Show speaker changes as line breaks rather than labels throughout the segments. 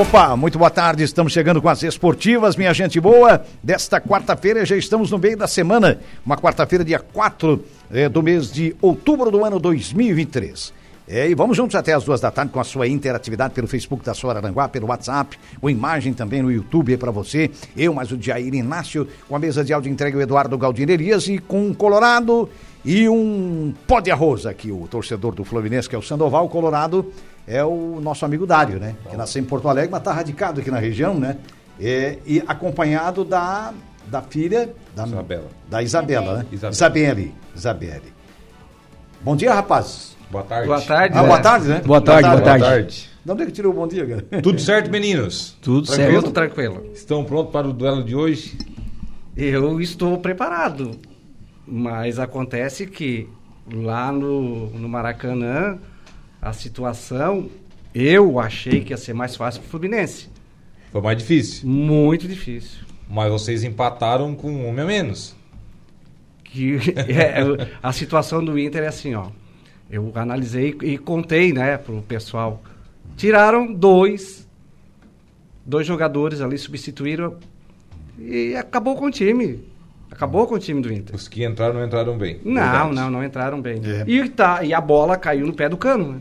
Opa, muito boa tarde. Estamos chegando com as esportivas, minha gente boa. Desta quarta-feira já estamos no meio da semana, uma quarta-feira, dia 4 eh, do mês de outubro do ano 2023. É, e vamos juntos até as duas da tarde com a sua interatividade pelo Facebook da Sua Aranguá, pelo WhatsApp, o imagem também no YouTube para você. Eu, mais o Jair Inácio, com a mesa de áudio entregue o Eduardo Galdino Elias e com o Colorado e um pó de arroz aqui, o torcedor do Fluminense, que é o Sandoval Colorado, é o nosso amigo Dário, né?
Então.
Que nasceu em Porto Alegre, mas tá radicado aqui na região, né? É, e acompanhado da, da filha da
Isabela.
Da Isabela, né?
Isabela.
Isabelle. Isabelle. Bom dia, rapazes.
Boa tarde.
Boa tarde.
Ah,
né?
boa tarde, né?
Boa tarde, boa tarde.
De onde é que tirou o bom dia, cara?
Tudo certo, meninos?
Tudo
Tranquilo,
certo.
tranquilo.
Estão prontos para o duelo de hoje?
Eu estou preparado, mas acontece que lá no, no Maracanã a situação eu achei que ia ser mais fácil pro Fluminense.
Foi mais difícil.
Muito difícil.
Mas vocês empataram com um homem a menos.
Que é, eu- a situação do Inter é assim, ó. Eu analisei e contei, né, pro pessoal. Tiraram dois, dois jogadores ali, substituíram e acabou com o time. Acabou com o time do Inter.
Os que entraram não entraram bem.
Não,
Verdade.
não, não entraram bem.
É.
E, tá, e a bola caiu no pé do cano, né?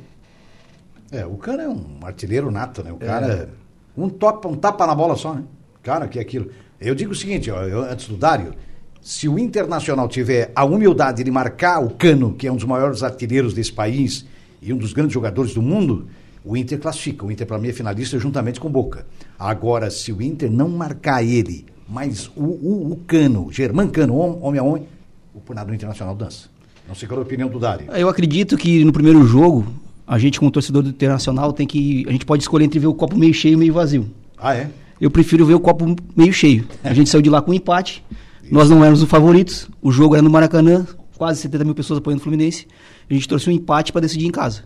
É, o cara é um artilheiro nato, né? O cara. Um, topa, um tapa na bola só, né? Cara, que é aquilo. Eu digo o seguinte, ó, eu- antes do Dário, se o Internacional tiver a humildade de marcar o Cano, que é um dos maiores artilheiros desse país e um dos grandes jogadores do mundo, o Inter classifica. O Inter, para mim, é finalista juntamente com o Boca. Agora, se o Inter não marcar ele, mas o, o, o Cano, Germán Cano, hom- homem a homem, o punado Internacional dança. Não sei qual é a opinião do Dário.
Eu acredito que no primeiro jogo, a gente, como torcedor do Internacional, tem que. A gente pode escolher entre ver o copo meio cheio e meio vazio.
Ah, é?
Eu prefiro ver o copo meio cheio. A gente saiu de lá com um empate. Nós não éramos os favoritos. O jogo era no Maracanã, quase 70 mil pessoas apoiando o Fluminense. A gente trouxe um empate para decidir em casa.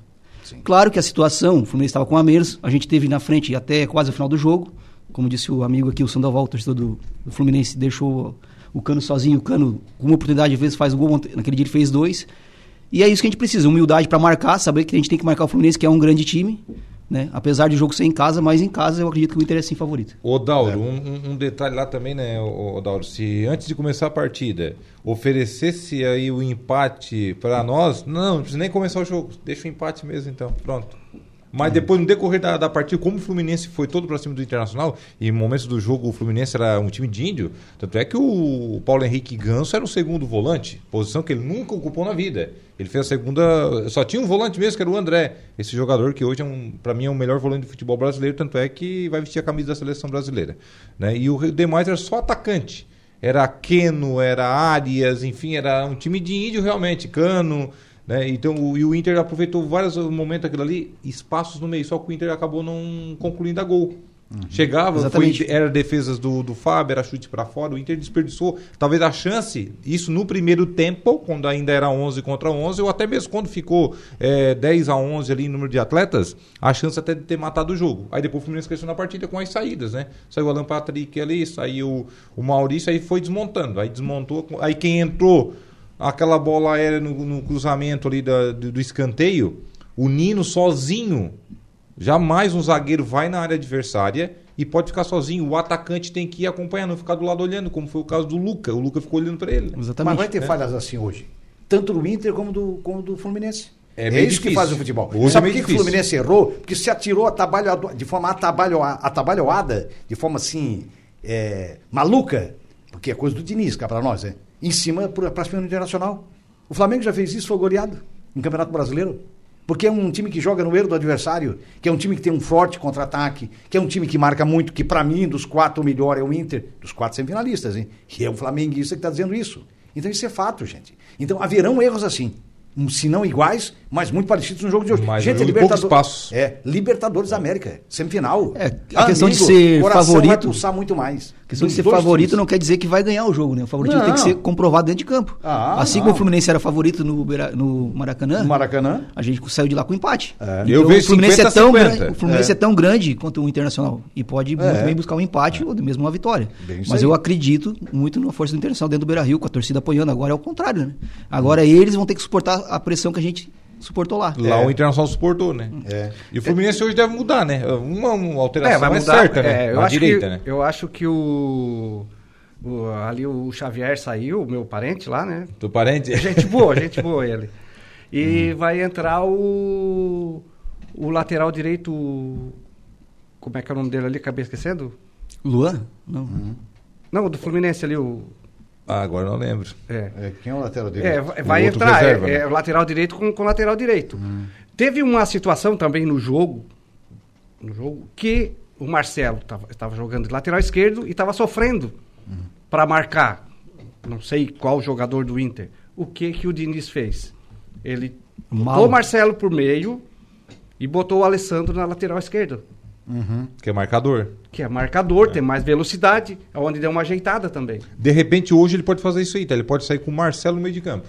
Claro que a situação, o Fluminense estava com a menos, a gente teve na frente até quase o final do jogo. Como disse o amigo aqui, o Sandoval, o torcedor do, do Fluminense, deixou o Cano sozinho. O Cano, com uma oportunidade, às vezes faz o gol, ontem- naquele dia ele fez dois. E é isso que a gente precisa, humildade para marcar, saber que a gente tem que marcar o Fluminense, que é um grande time, né? Apesar de o jogo ser em casa, mas em casa eu acredito que o Inter é sim favorito.
Ô, Dauro, um, um- um detalhe lá também, né, ô, ô, Dauro? Se antes de começar a partida oferecesse aí o empate para nós, não, não precisa nem começar o jogo. Deixa o empate mesmo, então. Pronto. Mas depois, no decorrer da, da partida, como o Fluminense foi todo pra cima do Internacional, e em momentos do jogo o Fluminense era um time de índio, tanto é que o Paulo Henrique Ganso era o segundo volante, posição que ele nunca ocupou na vida. Ele fez a segunda. Só tinha um volante mesmo, que era o André. Esse jogador que hoje, é um, para mim, é o melhor volante do futebol brasileiro, tanto é que vai vestir a camisa da seleção brasileira. né? E o demais era só atacante. Era Keno, era Arias, enfim, era um time de índio realmente, Cano. Né? Então, o, e o Inter aproveitou vários momentos aquilo ali, espaços no meio, só que o Inter acabou não concluindo a gol. Chegava, foi,
Exatamente.
era defesas do, do Fábio, era chute para fora, o Inter desperdiçou talvez a chance, isso no primeiro tempo, quando ainda era 11 contra 11, ou até mesmo quando ficou eh, 10 a 11 ali em número de atletas, a chance até de ter matado o jogo. Aí depois o Fluminense cresceu na partida com as saídas, né? Saiu o Alan Patrick ali, saiu o Maurício, aí foi desmontando, aí desmontou, aí quem entrou aquela bola aérea no, no cruzamento ali da- do, do escanteio, o Nino sozinho. Jamais um zagueiro vai na área adversária e pode ficar sozinho. O atacante tem que ir acompanhando, não ficar do lado olhando, como foi o caso do Luca. O Luca ficou olhando pra ele.
É.
Exatamente.
Mas vai ter falhas assim hoje. Tanto do Inter como do, como do Fluminense.
É
É,
meio
isso que
difícil.
faz o futebol.
Hoje é
Sabe por
meio
que, que o
difícil.
Fluminense errou? Porque se atirou atabalhado- de forma atabalho, atabalhoada, de forma assim, é, maluca, porque é coisa do Diniz, cá para nós, né? Em cima, para cima do Internacional. O Flamengo já fez isso, foi goleado no Campeonato Brasileiro. Porque é um time que joga no erro do adversário, que é um time que tem um forte contra-ataque, que é um time que marca muito, que para mim, dos quatro, o melhor é o Inter, dos quatro tá semifinalistas, hein? E é o flamenguista que está dizendo isso. Então isso é fato, gente. Então haverão erros assim. um, se não iguais, mas muito parecidos no jogo de hoje.
Mas
Gente,
em
Libertadores.
poucos passos.
É, Libertadores da América, semifinal.
É, a questão de ser
coração Vai
favorito-
pulsar muito mais.
A questão de
Dos
ser
dois
favorito
times.
não quer dizer que vai ganhar o jogo, né? O favoritismo tem que
Não.
ser comprovado dentro de campo.
Ah,
assim
não.
como o Fluminense era favorito no, Beira- no Maracanã,
No Maracanã.
a gente saiu de lá com empate.
É.
Eu vejo
o Fluminense, é,
50,
tão
50.
grande, o Fluminense é. tão grande quanto o Internacional e pode
É.
muito bem buscar um empate ou mesmo uma vitória.
Bem isso
Mas
aí.
eu acredito muito na força do Internacional dentro do Beira-Rio, com a torcida apoiando. Agora é o contrário, né? Agora eles vão ter que suportar a pressão que a gente suportou lá. É.
Lá o Internacional suportou, né?
É.
E o Fluminense hoje deve mudar, né? Uma, uma alteração
É, vai
mais
mudar.
certa,
é,
né?
eu,
Na
acho
direita,
que,
né?
eu acho que o, o- Ali o Xavier saiu, o meu parente lá, né?
Do parente.
Gente boa, gente boa ele. E vai entrar o. O lateral direito. o- Como é que é o nome dele ali? Acabei esquecendo?
Luan? Não.
Não, o do Fluminense ali, o.
Ah, agora não lembro.
É.
É, quem é o lateral dele?
É, vai- vai
outro
entrar,
reserva,
é,
né? Hum.
é, lateral direito com, com lateral direito. Teve uma situação também no jogo, no jogo que o Marcelo estava jogando de lateral esquerdo e estava sofrendo
Hum.
para marcar, não sei qual jogador do Inter. O que que o Diniz fez? Ele
Mal.
botou o Marcelo por meio e botou o Alessandro na lateral esquerda,
Que é marcador.
que é marcador, tem mais velocidade, é onde deu uma ajeitada também.
De repente, hoje ele pode fazer isso aí, tá? Ele pode sair com o Marcelo no meio de campo.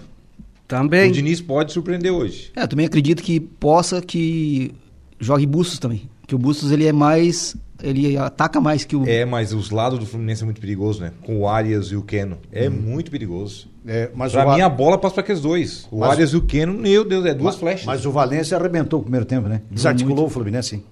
Também.
O Diniz pode surpreender hoje.
É, eu também acredito que possa que jogue Bustos também. Que o Bustos ele é mais. Ele ataca mais que o.
É, mas os lados do Fluminense é muito perigoso, né? Com o Arias e o Keno. É
Hum.
muito perigoso.
É, mas
pra
o
mim,
a-
a bola passa pra aqueles dois. O
Mas-
Arias e o Keno, meu Deus, é duas
Ma-
flechas.
Mas o Valência arrebentou o primeiro tempo, né? Desarticulou o Fluminense, hein?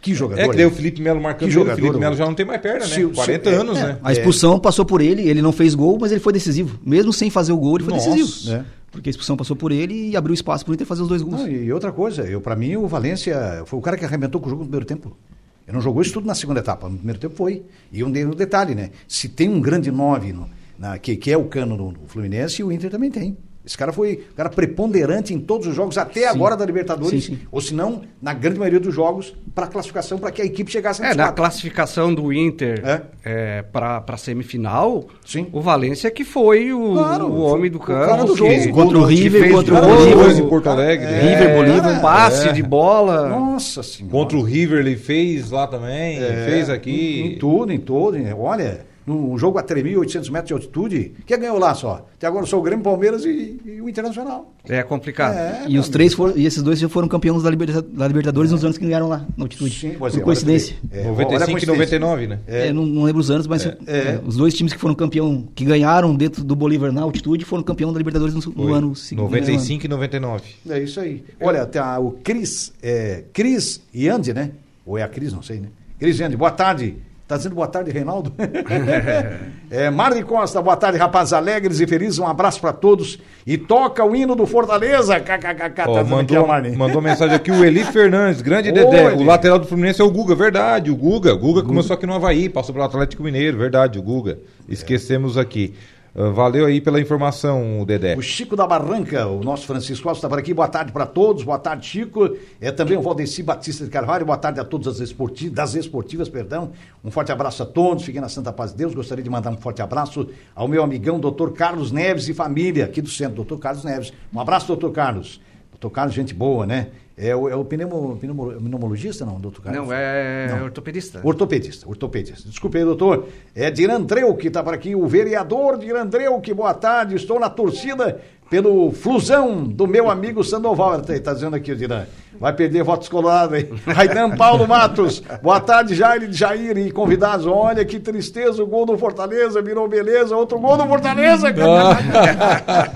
Que jogador.
é que daí o
hein?
Felipe Melo marcando
Que
ele,
jogador,
o Felipe Melo
o-
já não tem mais perna, né?
Se- se-
40
é,
anos,
é.
né?
A expulsão passou por ele, ele não fez gol, mas ele foi decisivo. Mesmo sem fazer o gol, ele foi
Nossa,
decisivo.
né?
Porque a expulsão passou por ele e abriu espaço pro Inter fazer os dois gols.
Não, e outra coisa, eu para mim o Valência foi o cara que arrebentou com o jogo no primeiro tempo. Ele não jogou isso tudo na segunda etapa, no primeiro tempo foi. E um, de- um detalhe, né? Se tem um grande nove no- na- que, que é o Cano no, no Fluminense, o Inter também tem. Esse cara foi um cara preponderante em todos os jogos até agora da Libertadores,
Sim, sim.
ou se não, na grande maioria dos jogos, para classificação, para que a equipe chegasse
É,
nos
na
quatro.
classificação do Inter
É.
para a semifinal,
Sim.
o Valência que foi o,
Claro,
o homem do
o
campo.
cara do
que-
jogo.
Contra o
que
River,
fez
contra o
gol,
Bolívar.
Dois em Porto Alegre.
é,
né?
River, Bolívar,
um passe de bola.
Nossa senhora.
Contra o River ele fez lá também, fez
É, Em,
aqui.
em tudo, em tudo. em- Olha, um jogo a 3.800 metros de altitude, quem ganhou lá só? Até agora só o Grêmio, Palmeiras e, e o Internacional.
É
Ah,
complicado.
É,
E os três foram, e esses dois já foram campeões da, Liberta- da Libertadores nos anos que ganharam lá, na altitude.
Sim,
por
pois é, olha
coincidência.
que- é, olha a
95 e
coincidência.
99, né?
É, não, não lembro os anos, mas é, os dois times que foram campeão, que ganharam dentro do Bolívar na altitude, foram campeão da Libertadores no, no
Foi.
Um ano né, seguinte.
95 e 99.
É isso aí. Olha, tá o Cris, é, Cris e Andy, né? Ou é a Cris, não sei, né? Cris e Andy, boa tarde. Tá dizendo boa tarde, Reinaldo? é, Marli Costa, boa tarde, rapazes alegres e felizes. Um abraço pra todos. E toca o hino do Fortaleza. KKKK, tá
Ó,
dizendo aqui a
mandou,
Marli.
mandou mensagem aqui o Eli Fernandes, grande
Ô,
Dedé.
Eli.
O lateral do Fluminense é o Guga, verdade. O Guga. O Guga começou aqui no Havaí, passou pelo Atlético Mineiro, verdade, o Guga. Esquecemos aqui. Ah, valeu aí pela informação, Dedé.
O Chico da Barranca, o nosso Francisco Alves está por aqui. Boa tarde para todos. Boa tarde, Chico. É também o Valdeci Batista de Carvalho. Boa tarde a todos as esportivas, das esportivas, perdão. Um forte abraço a todos. Fiquem na santa paz de Deus. Gostaria de mandar um forte abraço ao meu amigão Dr. Carlos Neves e família aqui do centro, Dr. Carlos Neves. Um abraço, doutor Carlos. Doutor Carlos, gente boa, né? É o, é o pneumo- pneumo- pneumologista, não, doutor Carlos?
Não, é
Não.
ortopedista.
Ortopedista, ortopedista. Desculpe aí, doutor. É Dirandreu que está por aqui, o vereador Dirandreu, que boa tarde, estou na torcida pelo flusão do meu amigo Sandoval, está tá dizendo aqui o Diran. Vai perder votos colorados aí. Rainan Paulo Matos, boa tarde, Jair e Jair e convidados. Olha que tristeza, o gol do Fortaleza virou beleza, outro gol do Fortaleza. cara.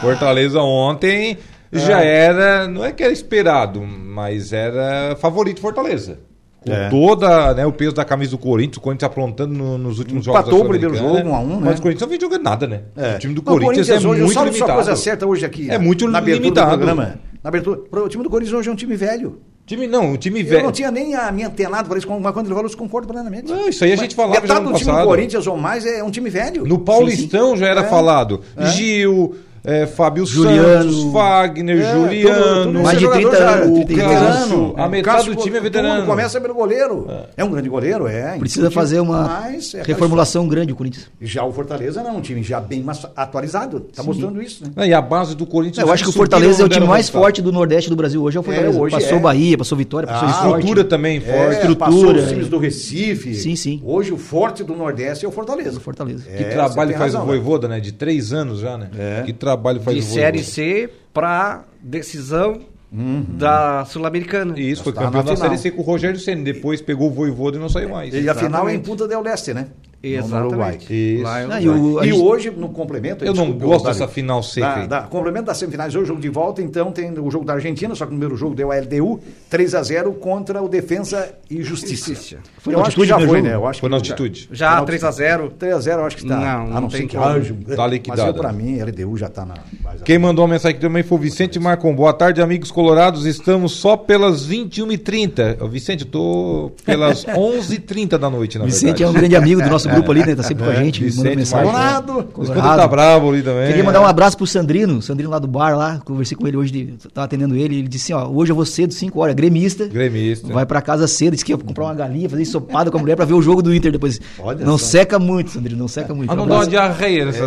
Fortaleza ontem já era, não é que era esperado, mas era favorito Fortaleza. Com
É.
toda né, o peso da camisa do Corinthians, o Corinthians aprontando no- nos últimos jogos.
Empatou
da
o primeiro
Sul-Americana,
jogo, um a um, né?
Mas o Corinthians não vem jogando nada, né?
É.
O time do
Mas o
Corinthians, é
hoje, eu
muito
só só
limitado.
coisa certa hoje aqui.
É muito
na abertura do
limitado.
programa. Na abertura, o time do Corinthians hoje é um time velho.
Time não, o time
Eu não
velho.
tinha nem a minha antenada para isso, mas quando ele falou, isso concordo plenamente.
Não, isso aí a gente falava já
Metade do
no
time do
passado.
Corinthians ou mais é um time velho.
No Paulistão já era
É.
falado.
É.
Gil, é, Fábio
Juliano.
Santos, Fagner,
É, todo-
Juliano,
todo
Mais de
jogador
30
já- é
o
Cássio, a metade
Cássio,
do time é
todo
veterano.
mundo começa pelo goleiro. É, um grande goleiro, é.
Precisa fazer uma
Mas é aquela
reformulação grande o Corinthians.
história. Já o Fortaleza não, um time já bem mais atualizado. Tá mostrando isso, né?
Não, e a base do Corinthians.
eu acho que o
subiram,
Fortaleza é o
não deram
time mais
resultado.
forte do Nordeste do Brasil hoje. É o Fortaleza.
hoje
passou
é.
Bahia, passou Vitória, passou
Ah,
Esporte.
Estrutura também
É,
forte.
Passou
estrutura,
os times
é.
do Recife.
Sim, sim.
Hoje o forte do Nordeste é o Fortaleza.
Fortaleza.
É,
Que
você
trabalho
tem
faz
razão,
o Voivoda, né? De três anos já, né?
É.
Que trabalho faz
de
o Voivoda.
Série C para decisão
Uhum.
da Sul-Americana.
E isso, foi
Tá na
campeão da
final.
Série C com o Rogério Senna. Depois pegou o Voivoda e não saiu mais.
E a final é em
Exatamente.
Punta del Leste, né? No Uruguai.
Exatamente.
Isso.
Lá é o
Ah,
Né? E,
E o- a gente-
hoje, no complemento.
Eu não
desculpa,
gosto
Otávio,
dessa final seca
da-
aí.
da- complemento das semifinais, hoje o jogo de volta, então tem o jogo da Argentina, só que o primeiro jogo deu a LDU 3x0 contra o Defensa e Justiça.
Justiça.
Foi
na
eu acho que
altitude
já
o
foi,
jogo?
né? Eu acho
Foi
que
na altitude.
Já 3x0.
3x0, eu acho que está.
Não,
a
não
não
tem
ser que
como.
haja. um-
Tá liquidada.
Mas eu, pra mim, LDU já tá na. mas-
Quem mandou uma mensagem aqui também foi o Vicente Marcon. Boa tarde, amigos colorados. Estamos só pelas 21h30. Ô, Vicente, eu tô pelas 11h30 da noite, na verdade.
Vicente
É,
é um grande amigo do nosso grupo ali, né? Tá sempre
É,
com a gente, manda
Vicente
mensagem.
Marcon.
né? Colorado.
Mas quando tá bravo ali também.
É.
Queria mandar um abraço pro Sandrino, Sandrino lá do bar lá, conversei com ele hoje, de, tava atendendo ele, ele disse assim, ó, hoje eu vou cedo, 5 horas, gremista,
Gremista.
vai pra casa cedo, disse que ia comprar uma galinha, fazer ensopada com a mulher pra ver o jogo do Inter depois.
Olha
não
só. É.
seca muito, Sandrino, não seca muito.
Ah,
Um
não dá uma
abraço.
diarreia nessa.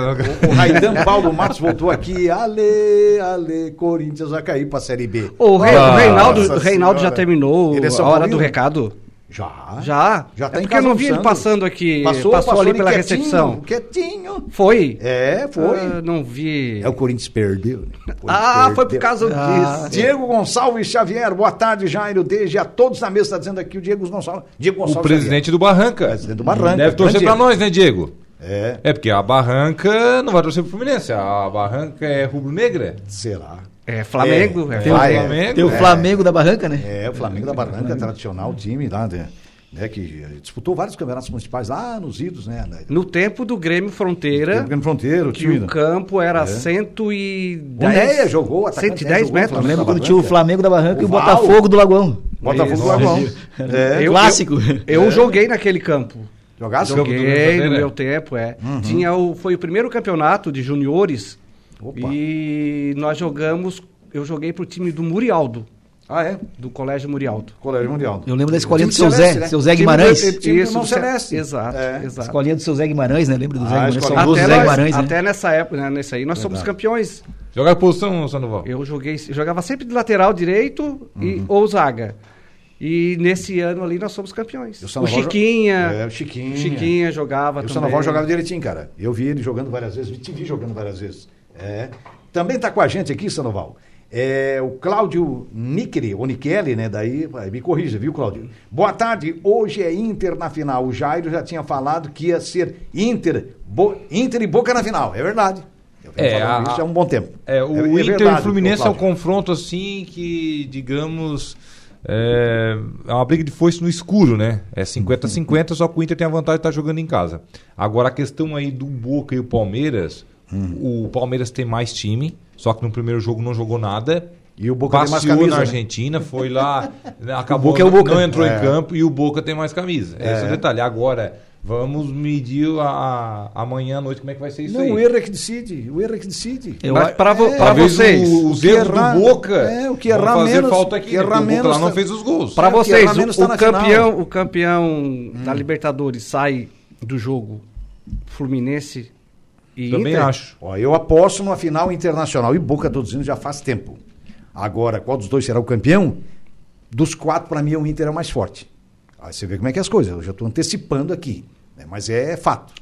O Raidan Paulo Matos voltou aqui. Ale, ale, Corinthians vai cair pra Série B. Ah,
O, Rei- o
Nossa
Reinaldo, o
Senhora.
Reinaldo já terminou
Ele é São
a hora
Paulino?
do recado?
Já.
Já?
Já tá
é
em
porque eu
casa
não vi ele
almoçando.
passando aqui. Passou, ali pela
quietinho,
recepção.
Quietinho.
Foi?
É, foi.
Ah, não vi.
É o Corinthians perdeu. né? O Corinthians
Ah, foi por
perdeu.
causa
Ah.
disso.
Diego Gonçalves Xavier, boa tarde, Jairo. Desde a todos na mesa, está dizendo aqui o Diego Gonçalves. Diego Gonçalves
O presidente do Barranca.
Presidente do Barranca,
Deve torcer
grande
pra
ele.
nós, né, Diego?
Xavier. É,
É porque a Barranca não vai torcer pro Fluminense. A Barranca é rubro-negra.
será?
É Flamengo.
É,
É,
tem
Tem o
Ah,
Flamengo.
é.
Flamengo, tem o
É.
Flamengo da Barranca, né?
É, o Flamengo da Barranca, tradicional time lá, né? né, que eh, disputou vários campeonatos municipais lá nos idos, né? né,
No tempo do Grêmio Fronteira,
um Grande Fronteiro, o
Né? que
time. É.
o campo era
O Neia
110.
jogou, atacante
110
Neia jogou
metros.
no
Eu
Flamengo
lembro quando
da
tinha o
Barranca.
Flamengo da Barranca e o
Uau.
Botafogo do Lagoão.
Botafogo do
Isso.
Lagoão. É,
Eu-
Clássico.
Eu joguei naquele campo.
jogasse?
Jogo do
Joguei
Fronteira.
no meu tempo, é.
Uhum.
Tinha o, foi o primeiro campeonato de juniores
Opa.
e nós jogamos, eu joguei pro time do Murialdo,
Ah, é?
do Colégio Murialdo.
Colégio Mundial.
Eu lembro da escolinha
Time
do seu
Celeste,
Zé,
né?
seu Zé
Time
Guimarães.
do- time do irmão
do
Celeste.
Exato,
É.
exato.
Escolinha do seu Zé Guimarães, né? Lembra do Zé
Ah,
Guimarães?
escolinha.
Saudoso
Até,
Zé
nós-
Guimarães, né?
até nessa época, né, nessa aí, nós somos campeões.
Jogar posição, Sandoval.
Eu joguei, jogava sempre de lateral direito
Uhum.
e, ou zaga. E nesse ano ali nós somos campeões.
E o
o
Sanoval jo-
Chiquinha.
É, o Chiquinha.
Chiquinha jogava
E o
também.
Sanoval jogava direitinho, cara. Eu vi ele jogando várias vezes, te vi jogando várias vezes. É. Também tá com a gente aqui, Sanoval. É, o Cláudio Nickeli, ou Nichele, né? Daí vai, me corrija, viu, Cláudio? Boa tarde. Hoje é Inter na final. O Jairo já tinha falado que ia ser Inter, Bo- Inter e Boca na final. É verdade. Eu venho
É,
falando
a-
isso há um bom tempo.
É, o
É- é
Inter e
verdade,
o Fluminense é um
Cláudio.
confronto assim que, digamos, é, é uma briga de foice no escuro, né? É 50-50, só que o Inter tem a vantagem de estar jogando em casa. Agora, a questão aí do Boca e o Palmeiras,
Hum.
o Palmeiras tem mais time, só que no primeiro jogo não jogou nada.
E o Boca tem mais
Passeou
camisa,
na
né?
Argentina, foi lá, né, acabou,
Boca é o Boca.
não entrou
É.
em campo e o Boca tem mais camisa. É. Esse é o detalhe. Agora, vamos medir a, a- amanhã à noite como é que vai ser isso
Não,
aí.
o erro é que decide. O erro é que decide.
Eu
Mas
a-
pra, vo-
É,
pra
Talvez
vocês,
o- os
que
erros
errar-
do Boca
é, o que
vão
errar
fazer
menos-
falta aqui,
que
né?
errar
Porque o Boca
menos
lá não
tá-
fez os gols.
pra
que
vocês
errar menos
o,
tá
o
na final. Hum.
campeão, o campeão da Libertadores sai do jogo Fluminense e
Também
Inter.
acho.
Ó, eu aposto numa final internacional. E Boca, tô dizendo, já faz tempo. Agora, qual dos dois será o campeão? Dos quatro, para mim, o Inter é o mais forte. Aí você vê como é que é as coisas. Eu já estou antecipando aqui. né? Mas é fato.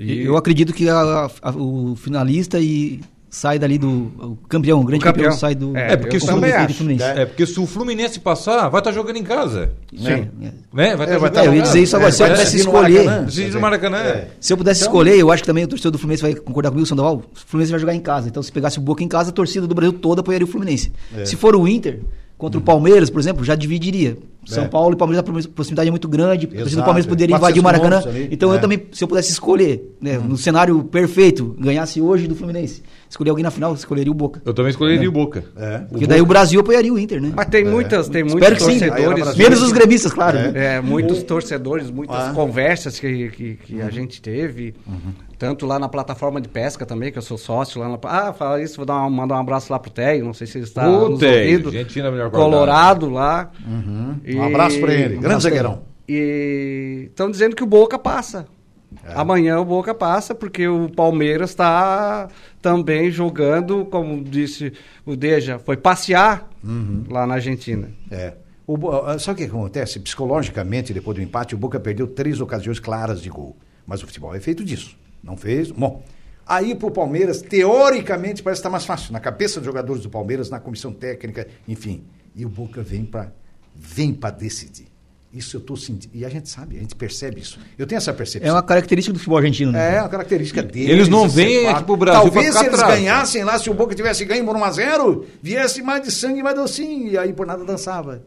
E- Eu acredito que a- a- o finalista e sai dali do o campeão, o grande
O
campeão,
campeão.
sai do
É,
É porque,
do
se o
também
Fluminense,
acho,
do Fluminense.
né?
É porque se o Fluminense passar, vai estar jogando em casa.
Sim.
Né? Vai
É,
estar
vai
jogando
tá-
eu
em
ia
casa.
dizer isso agora, se eu
É,
pudesse
vai-
escolher,
Diz no Maracanã.
É.
se eu pudesse escolher, eu acho que também o torcedor do Fluminense vai concordar comigo, Sandoval, o Fluminense vai jogar em casa, então se pegasse o Boca em
É.
casa, a torcida do Brasil toda apoiaria o Fluminense. Se for o Inter contra o Palmeiras, por exemplo, já dividiria. São
Uhum. É.
Paulo e Palmeiras, a proxi- proximidade é muito grande. A torcida
Exato,
do Palmeiras poderia
é.
invadir o
400
Maracanã.
quilômetros ali,
Então
é. Uhum.
eu também, se eu pudesse escolher, né, no cenário perfeito, ganhasse hoje do Fluminense, escolher alguém na final, escolheria o Boca.
Eu também escolheria o Boca.
É.
Porque daí o Brasil apoiaria o Inter, né?
Mas tem muitas, tem muitos
Espero que
Aí
sim.
era
torcedores.
Brasil.
Menos os gremistas, claro. né?
É, muitos torcedores, muitas
Ah. Uhum.
conversas que, que, que a gente teve, tanto lá na plataforma de pesca também, que eu sou sócio lá na. Ah, fala isso, vou dar um- mandar um abraço lá pro Teg, não sei se ele está
Ô,
nos
Teg,
ouvindo.
gente fina, melhor
Colorado lá. E-
Um abraço pra ele. Grande zagueirão.
E estão dizendo que o Boca passa.
É.
Amanhã o Boca passa, porque o Palmeiras está também jogando, como disse o Deja, foi passear
Uhum.
lá na Argentina.
É. O, Bo- ah, sabe o que acontece? Psicologicamente, depois do empate, o Boca perdeu três ocasiões claras de gol. Mas o futebol é feito disso. Não fez? Bom. Aí pro Palmeiras, teoricamente, parece estar mais fácil. Na cabeça dos jogadores do Palmeiras, na comissão técnica, enfim. E o Boca vem para vem pra decidir. Isso eu tô sentindo. E a gente sabe, a gente percebe isso. Eu tenho essa
É
percepção.
uma característica do futebol argentino. né?
É, uma característica deles.
Eles não
esse
vêm
fato.
aqui pro Brasil pra
Talvez
ficar
se eles
atrás.
ganhassem lá, se o Boca tivesse ganho por 1x0, viesse mais de sangue e mais docinho, e aí por nada dançava.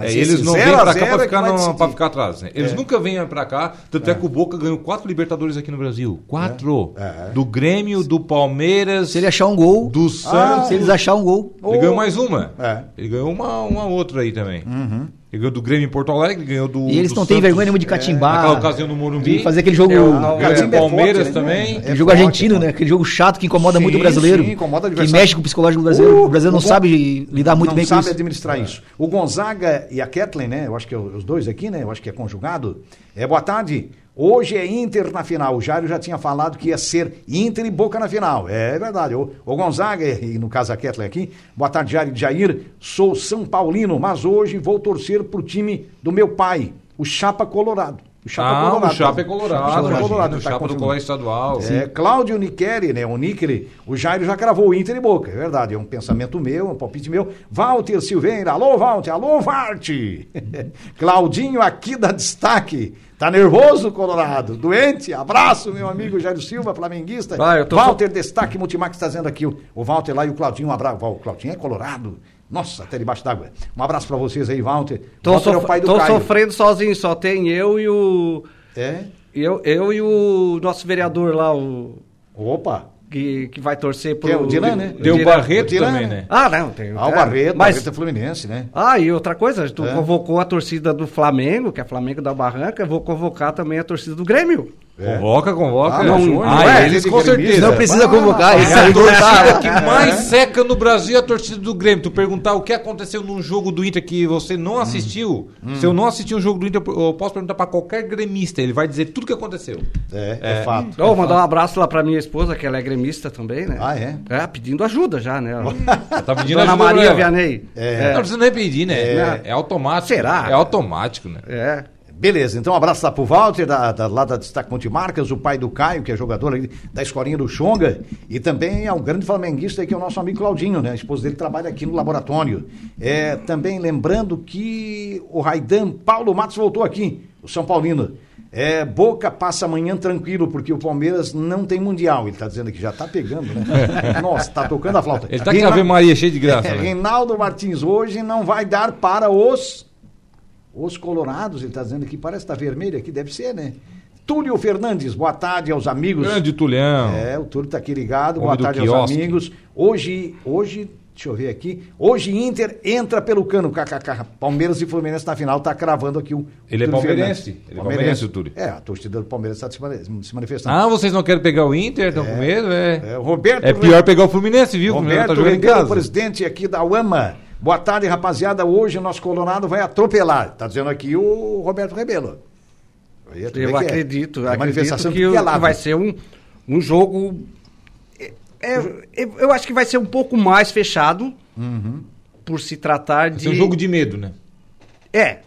É,
esse
eles não vêm
0 a
pra
0
cá pra
é que
ficar,
vai
na-
decidir.
pra ficar atrás, né? Eles nunca vêm pra cá, tanto é. que o Boca ganhou quatro Libertadores aqui no Brasil. Quatro.
É. Ah,
Do Grêmio, do Palmeiras,
Se ele achar um gol,
do Santos.
se eles
ele
achar um gol,
ganhou mais uma.
É. Uhum.
Ele ganhou uma, uma outra aí também. Ele ganhou do Grêmio em Porto Alegre, ele ganhou do
e eles
do
não têm
Santos
vergonha nenhuma de
Naquela
catimbar,
ocasião no Morumbi.
de fazer aquele jogo,
Eu-
Ganhou do
Catimba é forte,
Palmeiras
né?
também.
aquele jogo
forte,
argentino,
é forte.
né? Aquele jogo chato que incomoda muito o
Sim,
brasileiro,
sim, incomoda o
que
adversário.
mexe com o psicológico do brasileiro.
Uh,
o brasileiro não
o Gon-
sabe lidar muito
não
bem com
sabe
isso.
administrar isso. O Gonzaga e a Kathleen, né? Eu acho que é os dois aqui, né? Eu acho que é conjugado. É, boa tarde. Hoje é Inter na final. O Jairo já tinha falado que ia ser Inter e Boca na final. É verdade. O, o Gonzaga, e no caso a Kathleen aqui, boa tarde, Jairo e Jair. Sou São Paulino, mas hoje vou torcer pro time do meu pai, o Chapa Colorado. O
Ah, o Chapa é colorado.
O Chapa é
imagina,
colorado.
O
tá
Chapa do
confirmado.
Colégio Estadual.
É, Cláudio Nicheri, né? O Nicheri, o Jairo já cravou o Inter e Boca, é verdade. É um pensamento meu, é um palpite meu. Walter Silveira, alô, Walter, alô, Varte. Claudinho aqui dá destaque. Tá nervoso, Colorado? Doente? Abraço, meu amigo Jairo Silva, flamenguista.
Ah, eu tô-
Walter Destaque Multimax está dizendo aqui. O o Walter lá e o Claudinho, um abraço. O Claudinho é colorado. Nossa, até debaixo d'água. Um abraço pra vocês aí, Walter.
Tô,
Walter é o
sof-
pai do
tô
Caio.
sofrendo sozinho, só tem eu e o.
É?
Eu, eu e o nosso vereador lá, o.
Opa.
Que, que vai torcer pro.
Que é o Dilan, né?
Deu
Dilan.
Barreto
Tirana.
também, né?
Ah, não, tem.
Ah, o
é,
Barreto,
mas-
Barreto é Fluminense, né?
Ah, e outra coisa, tu
É.
convocou a torcida do Flamengo, que é Flamengo da Barranca, eu vou convocar também a torcida do Grêmio.
É.
Convoca, convoca.
Ah,
Ah,
não,
não é,
eles
ele
com
gremista.
certeza.
Não precisa
Ah,
convocar, esse
A
aí
torcida
tá-
que mais seca no Brasil é a torcida do Grêmio. Tu perguntar o que aconteceu num jogo do Inter que você
Hum.
não assistiu. Se eu não assisti um jogo do Inter, eu posso perguntar pra qualquer gremista. Ele vai dizer tudo o que aconteceu.
É, é, fato.
Eu vou mandar um abraço lá pra minha esposa, que ela é gremista também, né?
Ah, é?
É, pedindo ajuda já, né?
Tá pedindo
Dona
ajuda pra
Maria
ela.
Vianney.
É.
Não precisa nem pedir, né? É, é automático.
Será?
É automático, né?
É.
Beleza, então um abraço lá pro Walter, da, da- lá da Destaque Multimarcas, o pai do Caio, que é jogador ali da escolinha do Xonga, e também é um grande flamenguista aí, que é o nosso amigo Claudinho, né? A esposa dele trabalha aqui no laboratório. É, também lembrando que o Raidan Paulo Matos voltou aqui, o São Paulino. É, Boca passa amanhã tranquilo, porque o Palmeiras não tem mundial. Ele tá dizendo que já tá pegando, né? Nossa, tá tocando a flauta.
Ele tá com a Ave Maria cheia de graça,
É,
né?
Reinaldo Martins, hoje não vai dar para os. Os colorados, ele está dizendo aqui, parece que está vermelho aqui, deve ser, né? Túlio Fernandes, boa tarde aos amigos.
Grande Tulhão.
É, o Túlio está aqui ligado,
Homem
boa
do
tarde aos
quiosque.
amigos. Hoje, hoje, deixa eu ver aqui, hoje Inter entra pelo cano, kkk, Palmeiras e Fluminense na final, está cravando aqui o
Ele é
Túlio
palmeirense,
Fernandes.
ele é palmeirense, o Túlio.
É, a torcida do Palmeiras está se mane- se manifestando.
Ah, vocês não querem pegar o Inter? Estão com medo?
É,
É.
o Roberto
É pior pegar o Fluminense, viu? O Fluminense tá
Roberto
jogando em
Ribeiro,
casa.
presidente aqui da UAMA. Boa tarde, rapaziada. Hoje o nosso Colorado vai atropelar. Tá dizendo aqui o Roberto Rebelo. Aí tu vê
Eu
que é.
acredito,
É
acredito
manifestação
que, o-
é lá.
que vai ser um, um jogo. é- é- eu- eu acho que vai ser um pouco mais fechado
Uhum.
por se tratar de.
É um jogo de medo, né?
É.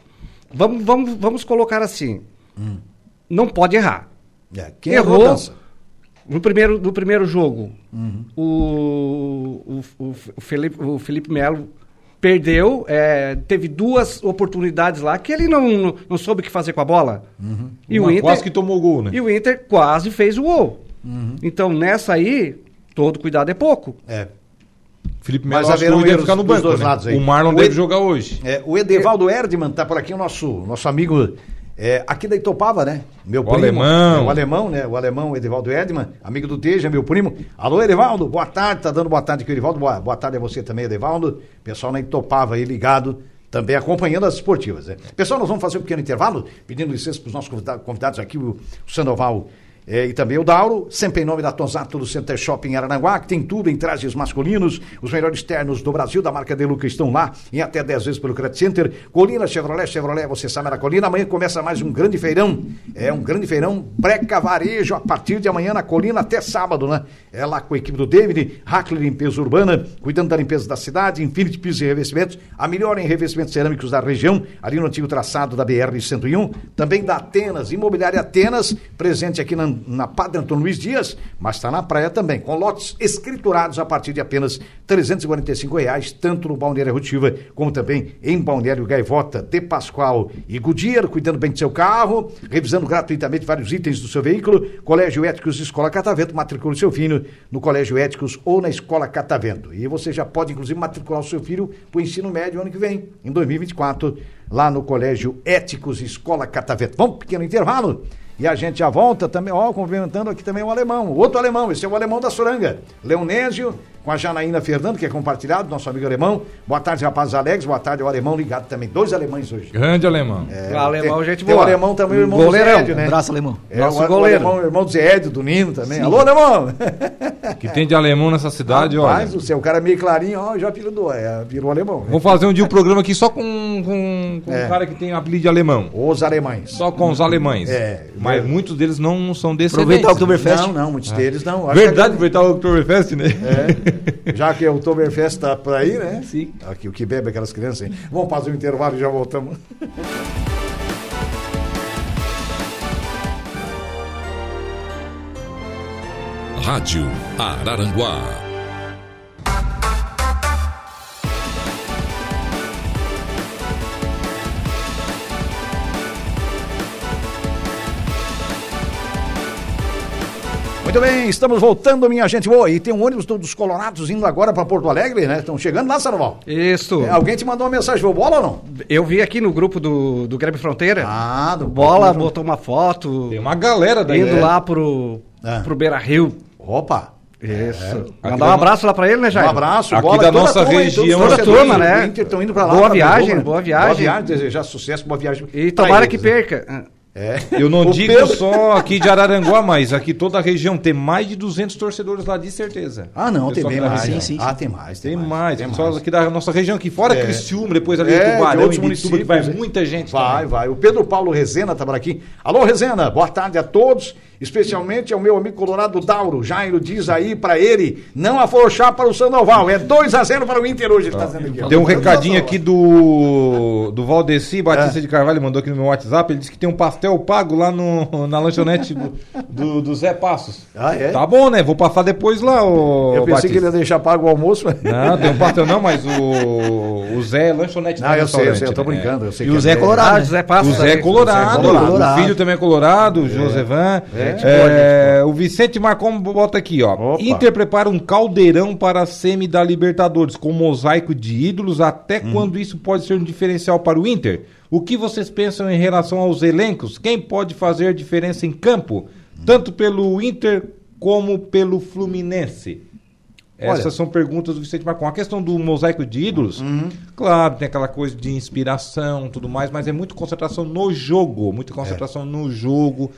Vamos, vamos, vamos colocar assim. Não pode errar.
É, Hum. quem errou,
Errou.
dança. Uhum.
No primeiro, no primeiro jogo, o, o, o Felipe, o Felipe Melo perdeu, é, teve duas oportunidades lá que ele não, não, não soube o que fazer com a bola.
Uhum.
E, o
Uma-
Inter,
Quase que tomou gol, né?
e o Inter quase
Uhum.
fez o gol. Então nessa aí, todo cuidado é pouco.
É.
Felipe
Mas
Melo acho que
haverão
hoje deve
erros
ficar no
dos
banco.
dois
né?
lados aí.
O Marlon
O
deve
Ed-
jogar hoje.
É, o Edevaldo Erdman tá por aqui, o nosso, nosso amigo é, aqui da Itopava, né? Meu primo.
alemão.
É, o alemão, né? O alemão, Edevaldo Erdman, amigo do Teja, meu primo. Alô, Edevaldo, boa tarde, tá dando boa tarde aqui, Edevaldo. Boa, boa tarde a você também, Edevaldo. Pessoal na Itopava aí ligado. Também acompanhando as esportivas. Né? Pessoal, nós vamos fazer um pequeno intervalo, pedindo licença para os nossos convida- convidados aqui, o Sandoval é, e também o Dauro, sempre em nome da Tonzato do Center Shopping Aranaguá, que tem tudo em trajes masculinos, os melhores ternos do Brasil, da marca Deluca, estão lá em até 10 vezes pelo Credit Center. Colina, Chevrolet, Chevrolet, você sabe, na Colina. Amanhã começa mais um grande feirão, é um grande feirão, breca varejo, a partir de amanhã na Colina até sábado, né? É lá com a equipe do David, Hackler Limpeza Urbana, cuidando da limpeza da cidade, Infinity Pisos e Revestimentos, a melhor em revestimentos cerâmicos da região, ali no antigo traçado da BR-101, também da Atenas, Imobiliária Atenas, presente aqui na, na Padre Antônio Luiz Dias, mas está na praia também, com lotes escriturados a partir de apenas R$ 345 reais, tanto no Balneário Rotiva como também em Balneário Gaivota, De Pascoal e Goodyear, cuidando bem do seu carro, revisando gratuitamente vários itens do seu veículo, Colégio Éticos Escola Catavento, matricule seu filho no Colégio Éticos ou na Escola Catavento. E você já pode, inclusive, matricular o seu filho para o ensino médio ano que vem, em 2024, lá no Colégio Éticos Escola Catavento. Vamos, pequeno intervalo. E a gente já volta também, ó, cumprimentando aqui também o alemão, outro alemão, esse é o alemão da Soranga, Leonésio, com a Janaína Fernando, que é compartilhado, nosso amigo alemão. Boa tarde, rapaz Alex, boa tarde ao alemão ligado também, dois alemães hoje.
Grande alemão.
É.
o Ah, alemão,
tem-
gente
tem
boa.
o alemão também, o irmão
Goleirão,
do Zé Edio, né?
Abraço, alemão.
É,
Nosso
o, o
goleiro.
alemão, irmão do Zé Edio, do Nino também. Alô, alemão!
Que tem de alemão nessa cidade,
Rapaz
olha.
do céu, o cara meio clarinho, ó, já virou, é, virou alemão. né?
Vou fazer um dia um programa aqui só com, com, com
É.
um cara que tem apelido de alemão.
Os alemães.
Só com os alemães.
É.
Mas muitos deles não são descendentes.
Tá
Aproveitar o Oktoberfest.
Não, não,
É.
muitos deles não. Acho
Verdade,
que-
aproveitar o Oktoberfest, né?
É, já que o Oktoberfest tá por aí, né?
Sim.
Aqui, o que bebe aquelas crianças, hein? Vamos fazer um intervalo e já voltamos.
Rádio Araranguá.
Muito bem, estamos voltando, minha gente. Boa, e tem um ônibus do- dos Colorados indo agora para Porto Alegre, né? Estão chegando lá, Sandoval.
Isso.
É, alguém te mandou uma mensagem, foi bola ou não?
Eu vi aqui no grupo do, do Grêmio Fronteira.
Ah, do
Bola
Grêmio
botou uma foto
Tem uma galera daí.
indo
é.
né?
lá pro,
Ah.
pro Beira Rio.
Opa!
Isso.
É. Aqui
Mandar
da
um
no-
abraço lá pra ele, né, Jair?
Um abraço,
Aqui
bola
da
toda a
nossa
turma aí, todos
região.
os
Toda a turma,
torcedores do
né?
Inter estão indo pra lá.
Boa
pra
viagem,
Criciúma.
boa viagem.
Boa viagem, desejar sucesso, boa viagem.
E
pra
tomara
eles,
que
né?
perca.
É.
Eu não
O
digo
Pedro-
só aqui de Araranguá, mas aqui toda a região tem mais de 200 torcedores lá, de certeza.
Ah, não, tem
Pessoal
bem
da
mais.
região.
né?
Sim, sim,
Ah,
sim.
tem mais.
Tem mais,
tem
pessoal aqui da nossa região, aqui fora Criciúma, depois ali
É, de
Tubarão
outros
e Bituba, que vai
municípios, né?
muita gente
Vai,
também.
vai. O Pedro Paulo Rezena tá por aqui. Alô, Rezena, boa tarde a todos, especialmente ao meu amigo colorado Dauro. Jairo diz aí pra ele não afrouxar para o Sandoval. É 2 a 0 para o Inter hoje, ele tá dizendo aqui. ó.
Tem um recadinho aqui do, do Valdeci
É.
Batista de Carvalho, mandou aqui no meu WhatsApp. Ele disse que tem um pastel pago lá no, na lanchonete do, do, do Zé Passos.
Ah, é?
Tá bom, né? Vou passar depois lá, ô
Eu pensei
Batista.
que ele ia deixar pago o almoço, mas...
Não, tem um pastel não, mas o, o Zé é lanchonete.
Não,
né,
eu sei, eu
restaurante,
sei, eu tô
né?
brincando. Eu sei
E
que
o Zé
é-
Colorado.
Ah,
né?
José
O
Passa.
Zé é colorado,
Zé é colorado.
o filho também é colorado, o Josevan. É,
gente boa,
o Vicente Marcom bota aqui, ó.
Opa.
Inter prepara um caldeirão para a semi da Libertadores, com um mosaico de ídolos. Até quando isso pode ser um diferencial para o Inter? O que vocês pensam em relação aos elencos? Quem pode fazer diferença em campo? Tanto pelo Inter como pelo Fluminense. Essas
Olha.
são perguntas do Vicente Marcon. A questão do mosaico de ídolos,
Uhum.
claro, tem aquela coisa de inspiração tudo mais, mas é muito concentração no jogo. Muita
É.
concentração no jogo.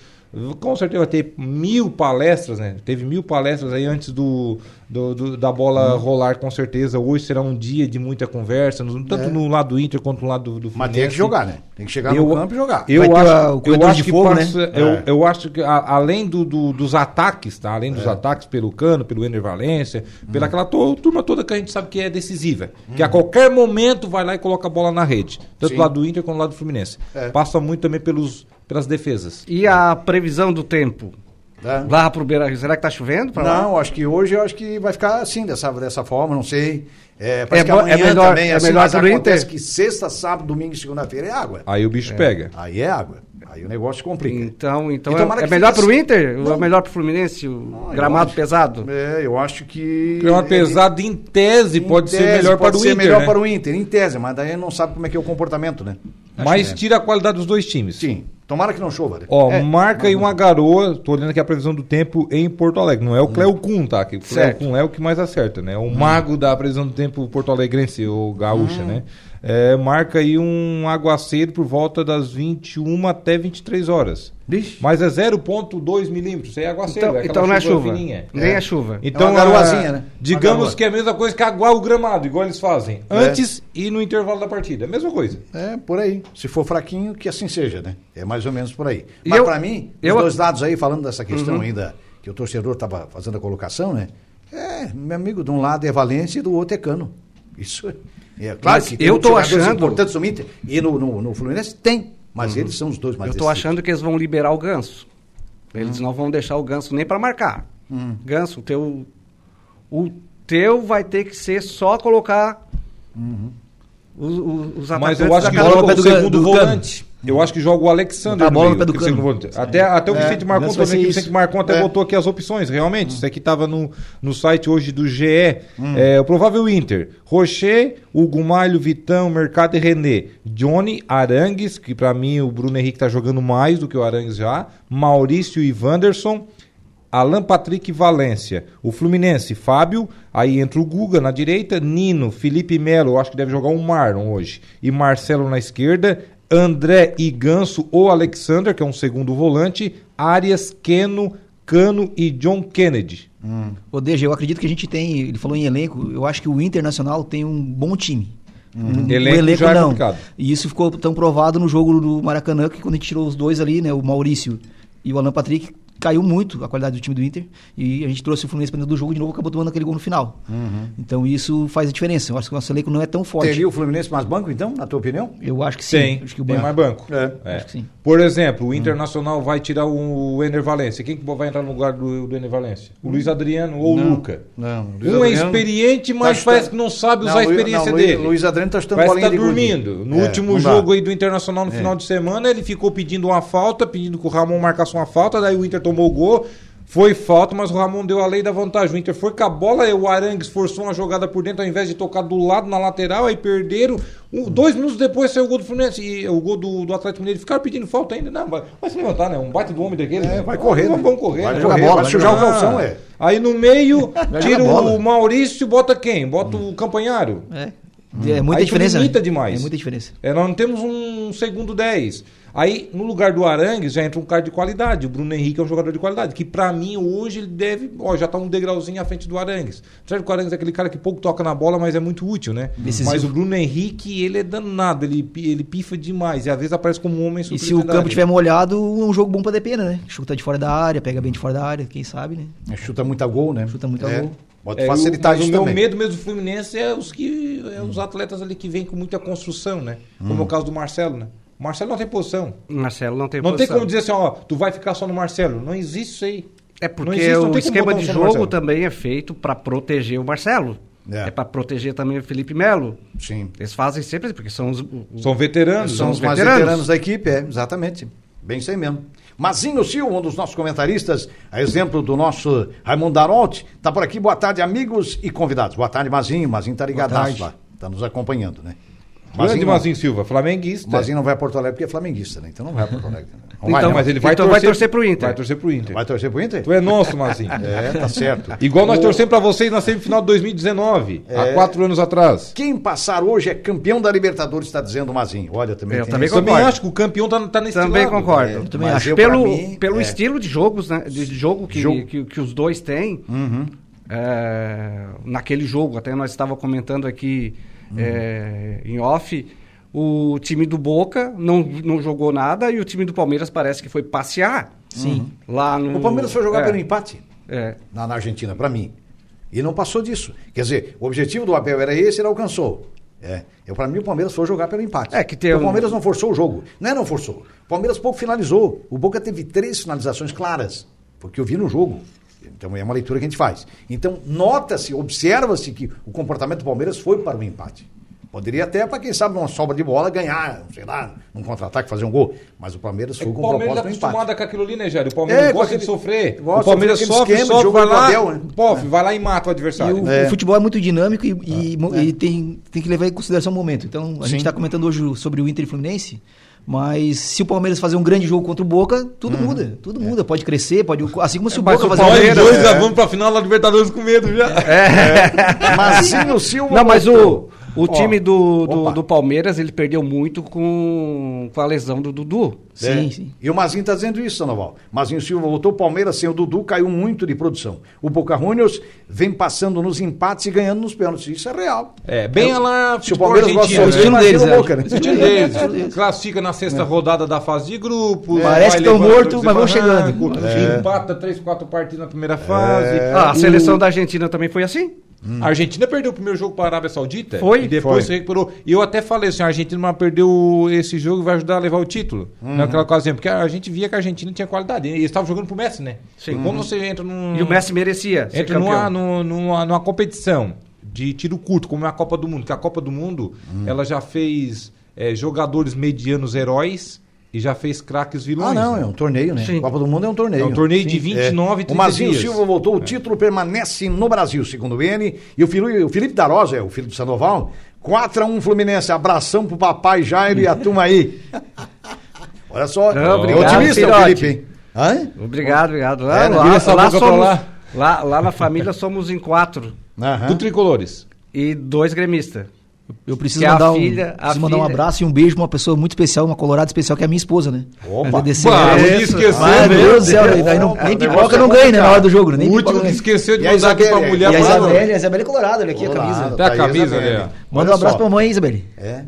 Com certeza vai ter mil palestras, né? Teve mil palestras aí antes do, do- do- da bola
Uhum.
rolar, com certeza. Hoje será um dia de muita conversa, no- tanto no lado do Inter quanto no lado do, do
É. Mas tem que jogar, né? Tem é que chegar no campo e jogar.
Eu
Vai ter
acho,
a- o
eu
corredor
acho
de
que
fogo, né?
passa-
É.
eu, eu acho que a- além do, do- dos ataques, tá? Além
É.
dos ataques pelo Cano, pelo Ener Valência, pela
Hum.
aquela to- turma toda que a gente sabe que é decisiva, que a qualquer momento vai lá e coloca a bola na rede, tanto do lado do Inter quanto
É.
do lado do Fluminense. Passa muito também pelos pelas defesas.
E a previsão do tempo?
Tá.
Lá pro Beira Rio. Será que tá chovendo? pra lá?
Não, acho que hoje eu acho que vai ficar assim, dessa, dessa forma, não sei. É,
É
parece que
bo-
amanhã
é melhor-
também,
é
assim,
melhor
mas
pro
acontece
Inter?
que sexta, sábado, domingo e segunda-feira é água.
Aí o bicho pega.
Aí é água. Aí o negócio complica.
Então, então,
E
é-
tomara
é,
que
melhor
fique
pro
assim.
Inter? Ou
Não.
é melhor pro Fluminense? O
eu
gramado
acho.
pesado?
É, eu acho que.
Clima pesado Então, em tese
Em
pode ser
tese,
melhor para o
ser
Inter.
melhor
né?
para o Inter, em tese, mas daí não sabe como é que é o comportamento, né?
Mas tira a qualidade dos dois times.
Sim. Tomara que não chova. né?
Ó,
É,
marca aí uma garoa, tô olhando aqui a previsão do tempo em Porto Alegre. Não é o Cleo Kun, tá? Que o Cleo
Certo.
Kun é o que mais acerta, né? O mago da previsão do tempo porto alegrense, ou
Hum.
gaúcha, né? É, marca aí um aguaceiro por volta das 21 até 23 horas.
Vixe.
Mas é 0,2 milímetros, isso aí é aguaceiro.
Então,
é aquela
então não é chuva.
fininha.
Nem
É.
é, chuva.
Então,
uma garoazinha,
ah,
né? Uma
Digamos
garoa.
que é a mesma coisa que aguar o gramado, igual eles fazem.
É.
Antes e no intervalo da partida. É a mesma coisa.
É, por aí. Se for fraquinho, que assim seja, né? É mais ou menos por aí.
E
Mas
eu-
para mim,
eu- Uhum.
os dois lados aí, falando dessa questão ainda, que o torcedor estava fazendo a colocação, né? É, meu amigo, de um lado é Valência e do outro é Cano. Isso é claro
Mas
que
eu tô
jogadores
achando- Uhum.
importantes no Inter e no, no, no Fluminense tem, mas eles são os dois mais
Eu tô
decisivos.
achando que eles vão liberar o ganso.
Hum.
Eles não vão deixar o ganso nem pra marcar. Ganso, o teu. O teu vai ter que ser só colocar os, os, os
Uhum. Mas
atacantes
eu acho
da
que
casa.
bola no
joga
pé
o
do Cano-
segundo
do
volante. Eu acho que joga o Alexander.
Botar a
no
bola no
meio,
pé do
que é o segundo
Cano.
volante. Até, até o Vicente Marcon
Ganso vai
também, que
ser
o Vicente
isso.
Marcon até
É.
botou aqui as opções, realmente. Isso aqui estava no, no site hoje do GE. É, o provável Inter. Rocher, Hugo Malho, Vitão, Mercado e René. Johnny, Arangues, que pra mim o Bruno Henrique tá jogando mais do que o Arangues já. Maurício e Wanderson. Alan Patrick e Valência. O Fluminense, Fábio. Aí entra o Guga na direita. Nino, Felipe Melo, eu acho que deve jogar o Marlon hoje. E Marcelo na esquerda. André e Ganso ou Alexander, que é um segundo volante. Arias, Keno, Cano e John Kennedy.
Ô, Deja, eu acredito que a gente tem, ele falou em elenco, eu acho que o Internacional tem um bom time. Um,
Elenco já é
não.
complicado.
E isso ficou tão provado no jogo do Maracanã que quando a gente tirou os dois ali, né, o Maurício e o Alan Patrick, caiu muito a qualidade do time do Inter e a gente trouxe o Fluminense para dentro do jogo de novo, acabou tomando aquele gol no final.
Uhum.
Então isso faz a diferença. Eu acho que o nosso elenco não é tão forte.
Teria o Fluminense mais banco, então, na tua opinião?
Eu acho que sim.
tem,
acho que o
tem
Ban-
mais banco.
É.
É.
Acho que sim.
Por exemplo,
Hum.
o Internacional vai tirar o Ener Valência. Quem que vai entrar no lugar do, do Ener Valência? O Luiz Adriano ou o Luca?
Não, Luiz
Um é
Adriano-
experiente, mas
Tá
parece
chutando-
que não sabe usar a
Lu- não,
experiência
Lu-
dele.
Luiz Adriano tá chutando
Parece que
bolinha
tá
de gude.
dormindo. No
É,
último
não dá.
jogo aí do Internacional
É.
no final de semana, ele ficou pedindo uma falta, pedindo que o Ramon marcasse uma falta, daí o Inter tomou o gol. Foi falta, mas o Ramon deu a lei da vantagem. O Inter foi com a bola, aí o Arangues forçou uma jogada por dentro, ao invés de tocar do lado na lateral, aí perderam. Um- dois minutos depois saiu o gol do Fluminense e o gol do, do Atlético Mineiro. Ficaram pedindo falta ainda. Não, vai, vai se levantar, né? Um bate do homem daquele. né?
vai correr,
Vamos,
né?
vamos correr.
Vai
né?
jogar
Correr,
bola,
vai
vai jogar o
jogar.
calção, é.
Aí no meio, tira
bola. Hum.
o Maurício, bota quem? Bota o Campanhário.
É. É muita
Uhum. Aí tu
diferença. né?
limita demais.
É muita diferença.
É, nós não temos um segundo 10. Aí, no lugar do Arangues, já entra um cara de qualidade. O Bruno Henrique é um jogador de qualidade. Que pra mim, hoje, ele deve. Ó, já tá um degrauzinho à frente do Arangues. Apesar que o Arangues é aquele cara que pouco toca na bola, mas é muito útil, né?
Decisivo.
Mas o Bruno Henrique, ele é danado. Ele, pi- ele pifa demais. E às vezes aparece como um homem
E se o
superioridade.
campo tiver molhado, é um jogo bom pra Depena, né? Chuta de fora da área, pega bem de fora da área, quem sabe, né?
É, Chuta muita gol, né?
Chuta muita
É,
gol.
Pode
É,
facilitar
o, mas
isso
o meu
também.
medo mesmo do Fluminense é os que é os atletas ali que vêm com muita construção, né?
Hum.
Como é o caso do Marcelo, né? O Marcelo não tem posição.
Marcelo não tem
Não tem
posição.
como dizer assim, ó, tu vai ficar só no Marcelo. Não existe isso aí.
É
Não
porque
existe, não
o
tem como
esquema
botar
de
só no
jogo
Marcelo.
também é feito pra proteger o Marcelo.
É.
É, pra proteger também o Felipe Melo.
Sim.
Eles fazem sempre, porque são os. o- o-
São veteranos.
São
né?
os mais veteranos.
veteranos.
da equipe, é, exatamente. Bem isso aí mesmo. Mazinho Silva, um dos nossos comentaristas, a exemplo do nosso Raimundo Darolt, tá por aqui. Boa tarde, amigos e convidados. Boa tarde, Mazinho. Mazinho tá ligadaço
tarde.
lá. Tá nos acompanhando, né?
Grande Mazinho Silva, flamenguista.
Mazinho não vai a Porto Alegre porque é flamenguista, né? Então não vai a Porto Alegre. Não vai,
Então-
né?
mas ele vai
então vai
torcer,
torcer pro Inter.
Vai torcer pro Inter.
Vai torcer pro Inter?
Tu é nosso, Mazinho.
É, tá certo.
Igual nós
O-
torcemos pra vocês na semifinal de 2019,
É.
há quatro anos atrás.
Quem passar hoje é campeão da Libertadores, tá dizendo o Mazinho. Olha, também
Eu
tem
também
isso.
Também
concordo.
acho que o campeão tá, tá nesse
Também
lado.
concordo.
É,
também
mas
acho.
eu, pra
pelo
mim,
pelo
é.
estilo de jogos, né? De jogo que,
Jogo. Uhum.
Que, que os dois têm. É, naquele jogo, até nós estávamos comentando aqui é, em off, o time do Boca não, não jogou nada e o time do Palmeiras parece que foi passear. Sim. Lá no.
O Palmeiras foi jogar
é,
pelo empate.
É.
na, na Argentina, para mim. E não passou disso. Quer dizer, o objetivo do Abel era esse, ele alcançou. É, eu para mim o Palmeiras foi jogar pelo empate.
É, que tem
o
um-
Palmeiras não forçou o jogo. Não é não forçou. O Palmeiras pouco finalizou. O Boca teve três finalizações claras. porque eu vi no jogo. Então é uma leitura que a gente faz. Então nota-se, observa-se que o comportamento do Palmeiras foi para o empate. Poderia até, para quem sabe, numa sobra de bola, ganhar, sei lá, num contra-ataque, fazer um gol. Mas o Palmeiras
É
foi
que
com
o
o propósito
Palmeiras está
do empate.
acostumado com aquilo ali, né, Jair? O Palmeiras
É, com
gosta de
aquele-
sofrer.
gosta
o Palmeiras
de sofrer
sofre,
aquele esquema de
sofre,
jogo
vai
do
lá,
Abel, né?
pof, vai lá e mata o adversário.
E o,
É. Ah,
o futebol é muito dinâmico e, e mo- e tem, tem que levar em consideração o momento. Então, a
Sim.
gente está comentando hoje sobre o Inter e Fluminense, mas se o Palmeiras fazer um grande jogo contra o Boca, tudo
Uhum.
muda.
É.
Tudo muda. Pode crescer, pode. Assim como se o Boca fazer um grande
Nós
jogo.
dois já vamos pra final da Libertadores com medo
É.
já.
Mazinho Silva.
Não, mas o,
voltou.
o time do, do,
opa.
do Palmeiras, ele perdeu muito com, com a lesão do Dudu.
Sim,
É.
sim.
E o Mazinho está dizendo isso, Sanoval. Mazinho Silva voltou, o Palmeiras sem o Dudu caiu muito de produção. O Boca Juniors vem passando nos empates e ganhando nos pênaltis. Isso é real.
É, bem lá.
Se o Palmeiras gosta de
né?
sofrer,
Estilo
imagina
deles,
o Boca, né?
acho.
Time deles, classifica na sexta rodada da fase de grupo.
É. Parece que tão morto, mas vão chegando. É.
Empata três, quatro partidas na primeira fase.
É,
Ah, a
O-
seleção da Argentina também foi assim?
A Argentina perdeu o primeiro jogo para a Arábia Saudita.
Foi?
E depois
Foi.
se recuperou. E eu até falei assim: a Argentina mas perdeu esse jogo e vai ajudar a levar o título.
Uhum.
Naquela ocasião. Porque a gente via que a Argentina tinha qualidade. E eles estavam jogando pro Messi, né?
Sim.
E como você entra num.
E o Messi merecia ser
Entra numa,
campeão.
numa, numa, numa competição de tiro curto, como é a Copa do Mundo, que a Copa do Mundo
Hum.
ela já fez eh, jogadores medianos heróis e já fez craques vilões.
Ah, não,
né?
é um torneio, né?
Sim.
Copa do Mundo é um torneio.
É um torneio de 29,
É.
30
O Mazinho
dias.
Silva voltou, o título permanece no Brasil, segundo o N. E o, Filu- o Felipe Darosa, é o filho do Sanoval, 4x1 Fluminense. Abração pro papai Jairo e a turma aí. Olha só,
Não,
é
obrigado,
otimista o
filhote.
Felipe, hein? Hã?
Obrigado, obrigado. Lá,
É, né?
lá-
Vira essa
lá
boca pra
somos-
lá.
lá- lá na família somos em quatro
Aham.
Do Tricolores.
e dois gremistas.
Eu preciso
Que
é
a
mandar, um,
filha- a
preciso mandar um
filha-
abraço e um beijo pra uma pessoa muito especial, uma colorada especial, que é a minha esposa, né?
Opa.
Agradecer
Bah,
é
ela.
eu
Isso,
ia esquecer,
Mas,
né?
meu Deus do céu,
Deus.
aí não-
Opa,
nem
o negócio
pipoca
é
não ganha, né? Na
complicado.
hora do jogo, né?
O
Nem
último
pipoca
que
ganha.
esqueceu de
E a
mandar aqui pra
Isabelle?
E
mulher.
a
Olá,
mandar-
Isabelle, a Isabelle é colorada, olha aqui a
Olá,
camisa.
Tá a
aí,
camisa
Isabelle.
ali, ó.
Manda
Olha
um abraço
só.
pra mamãe, Isabelle.
É.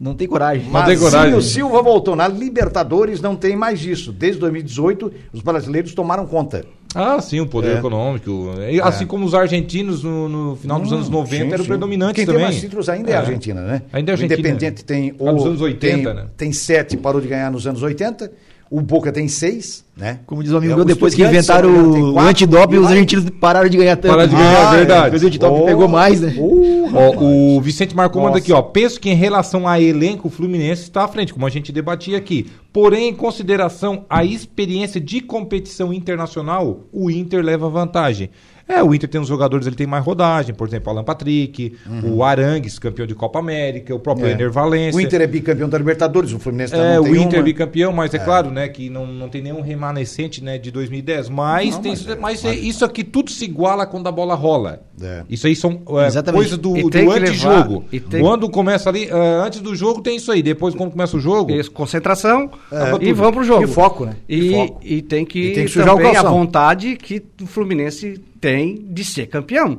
Não tem coragem.
Mas- tem
Mazinho
coragem.
Silva voltou. Na Libertadores não tem mais isso. Desde 2018, os brasileiros tomaram conta.
Ah, sim, o poder
É.
econômico. E Assim como os argentinos no, no final dos anos 90
Hum, Sim,
eram
sim.
predominantes
Quem
também.
tem mais títulos ainda é, a Argentina, né?
Ainda é a Argentina.
O Independente tem...
Lá nos anos 80,
tem,
né?
Tem sete, parou de ganhar nos anos 80. O Boca tem seis, né?
Como diz o amigo
É,
meu,
os
depois que
estudiantes,
inventaram
se não me engano,
o
tem quatro,
antidoping,
e
os
lá-
argentinos pararam de ganhar tanto.
Pararam de ganhar,
Ah,
é verdade.
Depois o antidoping
Oh,
pegou mais, né?
oh, rapaz.
Ó, o Vicente Marco manda
Nossa.
aqui, ó. Penso que em relação a elenco, o Fluminense está à frente, como a gente debatia aqui. Porém, em consideração a experiência de competição internacional, o Inter leva vantagem. É, o Inter tem uns jogadores, ele tem mais rodagem, por exemplo, Alan Patrick, o Arangues, campeão de Copa América, o próprio
Uhum. É.
Ener Valencia.
O Inter é bicampeão da Libertadores, o Fluminense
É,
tá, não tem
o Inter
uma.
bicampeão, mas é, claro, né, que não, não tem nenhum remanescente, né, de 2010, mas, tem, mas, é- isso aqui tudo se iguala quando a bola rola.
É.
Isso aí são é,
Exatamente.
coisas do,
E
do
tem que
antijogo.
levar, e tem-
Quando começa ali, é, antes do jogo tem isso aí, depois quando começa o jogo...
Isso, concentração
É.
e vamos pro jogo.
E foco, né?
E,
E foco.
e tem que,
E tem que sujar o
também a
calção.
vontade que o Fluminense tem de ser campeão.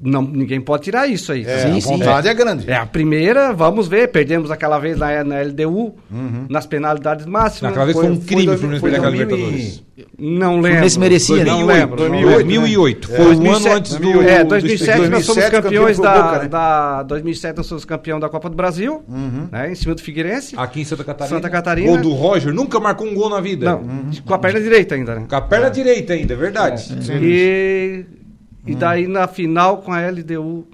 Não, ninguém pode tirar isso aí.
Hum. É,
também.
a
sim.
vontade é grande.
É a primeira, vamos ver. Perdemos aquela vez na, na LDU, nas penalidades máximas.
Naquela vez foi, um crime o
dois-
Fluminense
Uhum. foi
perder aquela
2000 e-
Libertadores.
Não lembro.
Fluminense merecia,
Não
né?
lembro.
2008,
2008,
É,
foi um ano antes do...
É,
do-
2007 nós somos
2007
campeões
campeão pro
da,
Boca, né? Uhum.
da- 2007 nós somos campeão da Copa do Brasil, né, em cima do Figueirense.
Ah,
Aqui em Santa Catarina.
Santa Catarina.
Gol do Roger, nunca marcou um gol na vida.
Não,
é. Uhum.
com a perna direita ainda, né?
Com a perna direita ainda, é verdade.
Uhum.
E, e daí na final com a LDU.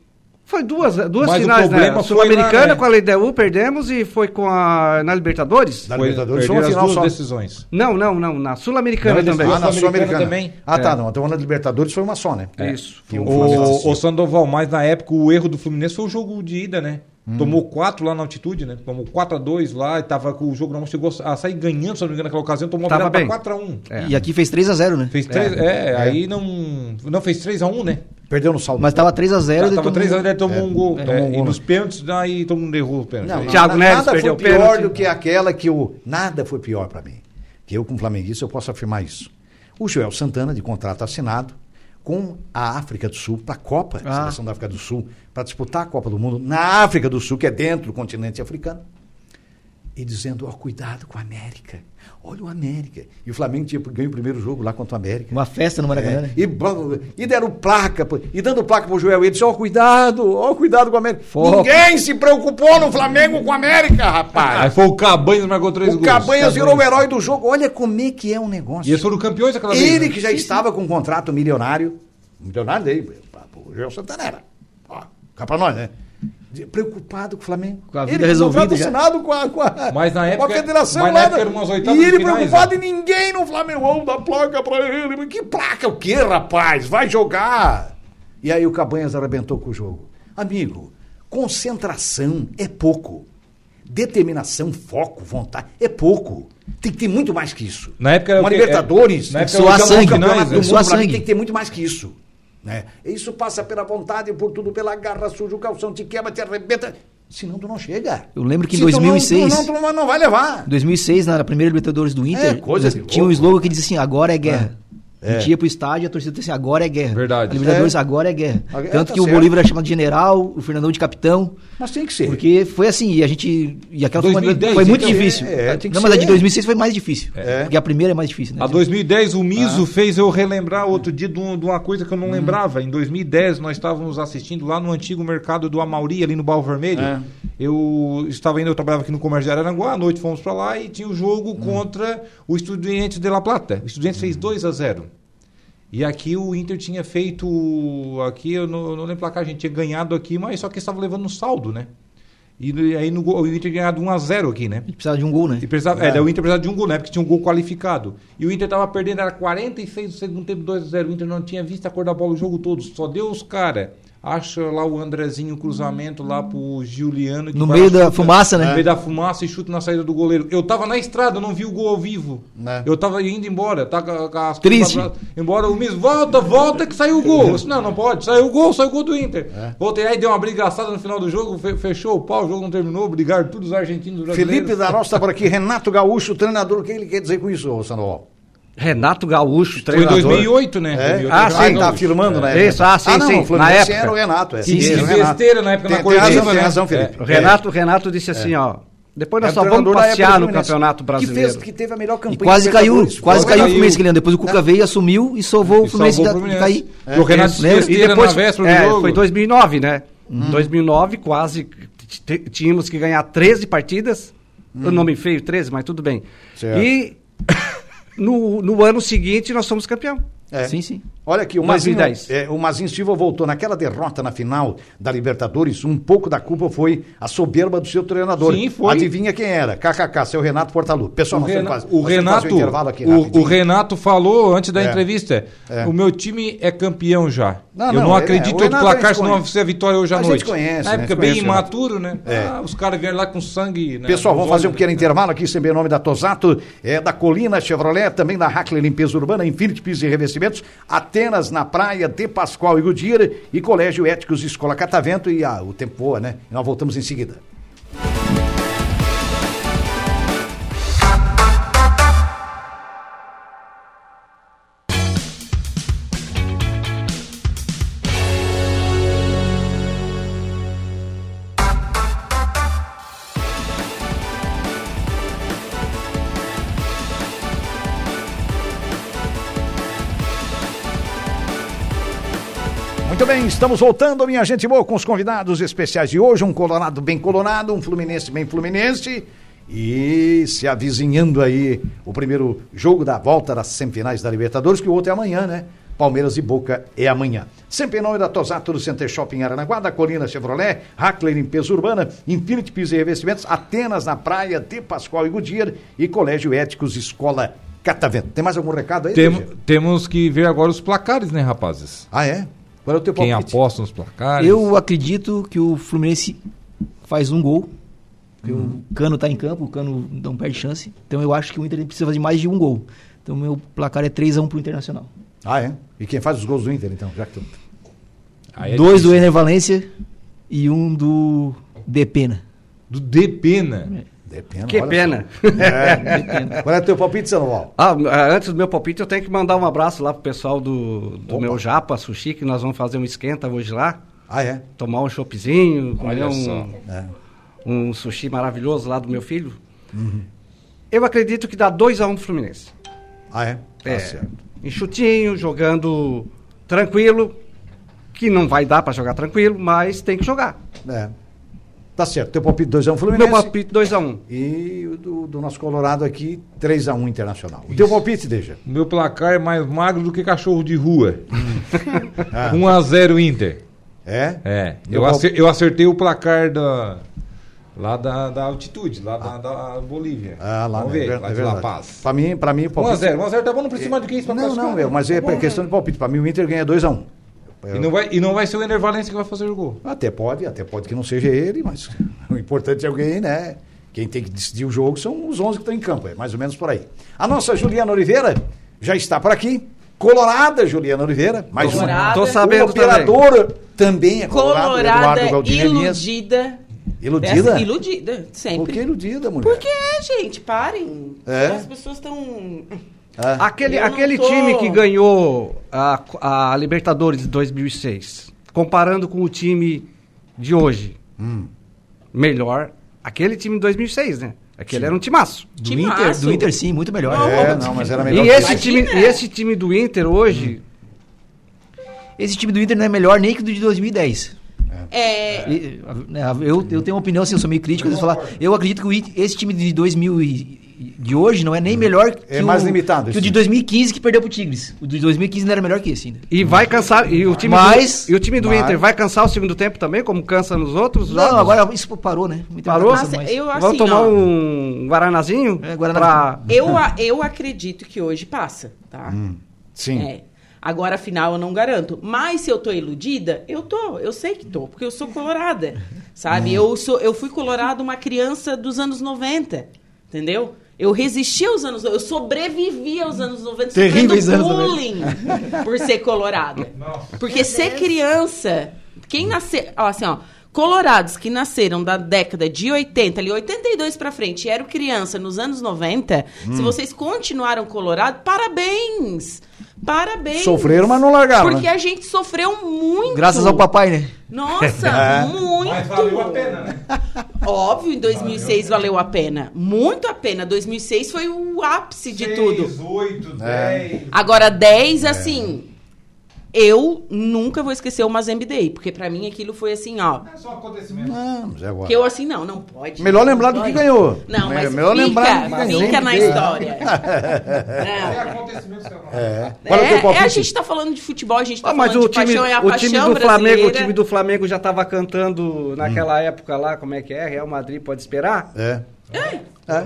Foi duas, duas
Mas o
finais, né?
problema foi lá,
Sul-Americana
né?
com a LDU perdemos e foi com a na Libertadores?
Da
Foi-
Libertadores, só
perderam
uma
as
final
duas
só.
decisões.
Não, não, não, na Sul-Americana
Não, eles
também.
Ah, na
Sul-Americana
Sul-Americana.
também. É.
Ah, tá, não. Então na Libertadores foi uma só, né?
É. Isso.
Que Fluminense-
O, o Sandoval, mas na época o erro do Fluminense foi o jogo de ida, né?
Hum.
Tomou 4 lá na altitude, né? Tomou 4x2 lá e tava com o jogo não chegou a sair ganhando, se não me engano, naquela ocasião, tomou
Tava
virada pra
bem.
4x1.
É.
E aqui fez 3x0, né?
Fez 3, é, aí não. Não, fez 3x1, né?
Perdeu no saldo.
Mas tá- tava 3x0.
Tava 3x1, ele tomou um gol.
tomou
É,
um
E
gol,
nos
né?
pênaltis, daí todo mundo errou o pênalti.
Não,
Aí-
não,
Thiago
na-
Neves
nada
perdeu o
foi pior
pênalti.
do que aquela que o nada foi pior para mim. Que eu como flamenguista eu posso afirmar isso. O Joel Santana de contrato assinado com a África do Sul para a Copa,
Ah.
a seleção da África do Sul para disputar a Copa do Mundo na África do Sul, que é dentro do continente africano. e dizendo, ó, cuidado com o América. Olha o América. E o Flamengo tinha ganho o primeiro jogo lá contra o América.
Uma festa no Maracanã, né?
É, e, blá, blá, blá, e deram placa, pô, e dando placa pro Joel. Ele disse, ó, cuidado, ó, cuidado com o América.
Foco.
Ninguém se preocupou no Flamengo com o América,
Aí
rapaz.
foi o Cabanhas marcou três
O
Ah, gols. tá
Cabanhas virou o
Cabanhas.
herói do jogo. Olha como é que é um negócio.
E eles foram campeões aquela vez.
Ele
né?
que já estava com um contrato milionário, milionário daí, pra- pro Joel Santanera. Ó, cá pra nós, né? De- Preocupado com o Flamengo.
Com a vida
ele
resolvida já.
patrocinado com a, com a,
Mas na
com
época-
a federação
mas na
lá
época
da-
eram umas oitavas
E
de
ele
finais,
preocupado
né?
e ninguém no Flamengo. Vamos dar placa pra ele. Mas Que placa? O quê, rapaz? Vai jogar. E aí o Cabanhas arrebentou com o jogo. Amigo, concentração é pouco. Determinação, foco, vontade é pouco. Tem que ter muito mais que isso.
Na época era
Uma
o quê?
Libertadores,
É, na época
era o
campeonato
sangue,
do
finais, né?
mundo,
Suar
pra mim,
sangue.
tem que ter muito mais que isso. Né? Isso passa pela vontade, por tudo, pela garra, suja o calção, te quebra, te arrebenta. Senão tu não chega.
Eu lembro que em
Se tu não-
2006
Tu não, tu não, não vai levar.
Em 2006, na primeira Libertadores do Inter,
coisa de
tinha um
louco,
slogan que dizia assim, agora é guerra.
É.
A gente ia pro estádio e a torcida dizia assim, agora é guerra.
Verdade.
A Libertadores,
É.
agora é guerra.
É,
Tanto
tá
que o
certo.
Bolívar era chamado de general, o Fernandão de capitão.
Mas tem que ser.
Porque foi assim, e a gente. E aquela foi uma-
2010,
foi muito
então,
difícil.
é, é, tem que
não, mas a de
ser.
2006 foi mais difícil.
É.
Porque a primeira é mais difícil, né?
A 2010, o Miso fez eu relembrar outro dia de, um- de uma coisa que eu
Uhum.
não lembrava. Em 2010, nós estávamos assistindo lá no antigo mercado do Amauri, ali no Barro Vermelho.
É.
Eu estava indo, eu trabalhava aqui no Comércio de Araranguá, à noite fomos para lá e tinha o
Uhum.
jogo contra o Estudiantes de La Plata. O Estudiantes fez 2 a 0 e aqui o Inter tinha feito. Aqui, eu não, eu não lembro placar, a gente tinha ganhado aqui, mas só que estava levando um saldo, né? E no- e aí no, gol- o Inter tinha ganhado 1 a 0 aqui, né?
A gente precisava de um gol, né?
E precisava, é, daí o Inter precisava de um gol, né? Porque tinha um gol qualificado. E o Inter tava perdendo, era 46 do segundo tempo, 2x0. O Inter não tinha visto a cor da bola o jogo todo, só deu os caras. Acha lá o Andrezinho, o cruzamento lá pro Juliano. que
No
vai
meio
lá,
da
chuta.
fumaça, né?
No meio da fumaça e chuta na saída do goleiro. Eu tava na estrada, eu não vi o gol ao vivo.
Né.
Eu tava indo embora, tá com com as
Triste.
curvas abraçadas. Embora o Miss, volta, volta que saiu o gol. Eu disse, não, não pode, saiu o gol, saiu o gol do Inter.
É.
Voltei aí, deu uma brigaçada no final do jogo, fe- fechou o pau, o jogo não terminou, brigaram todos os argentinos. os
Felipe
brasileiros.
Darosta está por aqui, Renato Gaúcho, treinador. O que ele quer dizer com isso, ô Sandoval?
Renato Gaúcho,
Foi em
treinador.
2008, né?
É?
2008,
Ah,
Ah,
sim.
sim,
Gaúcho.
tá afirmando, né?
Isso, ah, sim,
não,
sim,
o Fluminense
na
era
época.
o Renato. É.
Que disse
Era o
besteira na época na
Tem- tem
coletiva,
razão,
né?
Tem razão,
É.
Felipe.
O Renato, o Renato disse assim, ó. Depois nós
É o
só vamos
treinador da época do
passear no
Fluminense,
Campeonato Brasileiro.
Que, fez, que teve a melhor campanha.
E quase
de
caiu,
Libertadores.
quase
quase
caiu o
caiu.
Fluminense aquele ano. Depois o Cuca veio, assumiu
E
e salvou o
salvou
Fluminense da,
o
de
Fluminense.
cair.
É. E o Renato
Lembra?
fez
E
besteira
depois,
na véspera do
é,
jogo. Uhum.
foi 2009, né? 2009 quase t- t- tínhamos que ganhar 13 partidas. O
Uhum.
nome feio, 13, mas tudo bem.
Certo.
E no, no ano seguinte nós somos campeão.
É.
Sim, sim.
Olha aqui, o Mazinho,
2010.
é, o Mazinho Silva voltou naquela derrota na final da Libertadores. Um pouco da culpa foi a soberba do seu treinador.
Sim, foi.
Adivinha quem era? KKK, seu Renato Portalu. Pessoal,
O,
nós temos
Rena-
quase-
o
nós temos quase
Renato,
um intervalo aqui
o- o,
rapidinho.
Renato falou antes da
É.
entrevista:
É.
o meu time é campeão já.
Não,
eu
não,
não,
ele é.
acredito
O
outro
Renato a
placar
gente
se não
conhece.
ser vitória hoje à
A gente
noite.
conhece, né? A
Na época
gente conhece
bem
o Renato.
imaturo, né?
É.
Ah, os caras vieram lá com sangue. Né?
Pessoal,
nos
vamos fazer um
olhos,
pequeno
né?
intervalo aqui, sempre em nome da Tosato, é, da Colina Chevrolet, também da Hackley Limpeza Urbana, Infinity Pisos e Revestimentos, Atenas na Praia, De Pascoal e Goodyear e Colégio Éticos Escola Catavento e ah, o tempo voa, né? Nós voltamos em seguida. Muito bem, estamos voltando, minha gente boa, com os convidados especiais de hoje, um colorado bem colorado, um fluminense bem fluminense e se avizinhando aí o primeiro jogo da volta das semifinais da Libertadores, que o outro é amanhã, né? Palmeiras e Boca é amanhã. Sempre em nome da Tosato do Center Shopping Aranaguá, da Colina Chevrolet, Hackler Limpeza Urbana, Infinity Piso e Revestimentos, Atenas na Praia, De Pascoal e Goodyear e Colégio Éticos Escola Catavento. Tem mais algum recado aí?
Tem-
Rogério?
temos que ver agora os placares, né, rapazes?
Ah, é? Qual é o teu
Quem
palpite?
aposta nos placares.
Eu acredito que o Fluminense faz um gol. Porque o Cano tá em campo, o Cano não perde chance. Então eu acho que o Inter precisa fazer mais de um gol. Então meu placar é 3x1 pro Internacional.
Ah, é? E quem faz os gols do Inter, então? Já que tu...
Aí é
Dois
difícil.
do Ener Valência e um do Depena.
do né? Depena.
É pena,
Que
olha só.
pena.
É. Qual é o teu palpite, Sanoval?
Ah, ah, antes do meu palpite, eu tenho que mandar um abraço lá pro pessoal do, do meu Japa Sushi, que nós vamos fazer um esquenta hoje lá.
Ah, é?
Tomar um choppzinho, comer
Olha só.
um, um sushi maravilhoso lá do meu filho.
Uhum.
Eu acredito que dá 2 a 1 um pro Fluminense.
Ah, é? Tá
É,
certo.
enxutinho, jogando tranquilo, que não vai dar pra jogar tranquilo, mas tem que jogar.
É. Tá certo. Teu palpite 2x1 Fluminense.
Meu palpite 2 a 1 um.
E o do, do nosso Colorado aqui, 3x1 Internacional. O teu palpite, deixa.
O meu placar é mais magro do que cachorro de rua.
Ah.
1x0 Inter.
É?
É.
Meu
Eu,
pal-
acer- eu acertei o placar da. Lá da, da altitude, lá da, da Bolívia.
Ah, lá,
Vamos
né?
ver,
É ver-
lá
é
de La
verdade.
Paz.
Pra mim, pra mim, o palpite.
1x0, 1x0 tá bom, não precisa mais do que isso pra
Não,
classificar,
não,
né?
meu, mas é
Tá bom,
questão
né?
de palpite. Pra mim, o Inter ganha 2x1.
E não, vai, e não vai ser o Ener Valencia que vai fazer o gol.
Até pode, até pode que não seja ele, mas o importante é alguém, né? Quem tem que decidir o jogo são os 11 que estão em campo, é mais ou menos por aí. A nossa Juliana Oliveira já está por aqui. Colorada Juliana Oliveira, mais uma.
Colorada.
Tô sabendo
Uma operadora também é colorada,
Colorada,
Eduardo Galdino Elias.
iludida.
Iludida?
Dessa- iludida, sempre.
Por que iludida, mulher?
Porque, gente, parem.
É?
As pessoas estão.
Ah,
Aquele,
Eu não
aquele
tô-
time que ganhou a, a Libertadores de 2006, comparando com o time de hoje, melhor aquele time de 2006, né? Aquele era um timaço.
Do
Timaço.
Inter, do Inter sim, muito melhor.
é, não, mas era melhor
E
que
esse,
isso.
time,
Imagina.
e esse time do Inter hoje,
Esse time do Inter não é melhor nem que o de 2010.
É,
E, né, Eu, eu tenho uma opinião assim, eu sou meio crítico, às vezes falar, eu acredito que o Inter- esse time de 2000 e- de hoje não é nem melhor que
É mais
o,
limitado,
que o
sim.
de 2015 que perdeu pro Tigres. O de 2015 não era melhor que esse ainda.
E vai cansar. E o time
Mas-
do, e o time do
mas-
Inter vai cansar o segundo tempo também, como cansa nos outros? jogos?
Não, agora isso parou, né? O Inter
Parou?
tá cansando
nossa,
mais.
eu
Vão
assim,
tomar
ó,
um Guaranazinho?
É, Guaraná.
pra-
eu, a- eu acredito que hoje passa, tá?
Hum, Sim.
É. Agora, afinal, eu não garanto. Mas se eu tô iludida, eu tô. Eu sei que tô, porque eu sou colorada.
Hum.
Sabe? Eu, sou, eu fui colorada uma criança dos anos 90. Entendeu? Eu resisti aos anos. Eu sobrevivi aos anos 90.
Terríveis
sofrendo
anos 90.
bullying por ser colorada. Porque ser criança. Quem nascer. Ó, assim, ó. Colorados que nasceram da década de 80, ali 82 pra frente, e eram criança nos anos 90,
Hum.
se vocês continuaram colorado, parabéns! Parabéns!
Sofreram, mas não largaram,
Porque
né?
a gente sofreu muito.
Graças ao papai, né?
Nossa,
É.
muito!
Mas valeu a pena, né?
Óbvio, em 2006 valeu a pena. Muito a pena. 2006 foi o ápice de tudo.
8, 10.
É.
Agora, 10, assim. Eu nunca vou esquecer o Mazembe Day, porque pra mim aquilo foi assim, ó.
É só acontecimento.
Ah, mas é agora.
Que eu assim, não, não pode.
Melhor lembrar
Não
do que
pode.
ganhou.
Não,
Me-
mas
melhor
fica,
lembrar do que ganhou.
fica na
Sim.
história. Não.
acontecimentos que
É. Qual é o
É,
teu
é,
palpite?
a gente tá falando de futebol, a gente tá
Ah, mas
falando
o
de
time,
paixão, é a
o
paixão
time do Flamengo, o
brasileira.
time do Flamengo já tava cantando naquela época lá, como é que é? Real Madrid pode esperar?
É.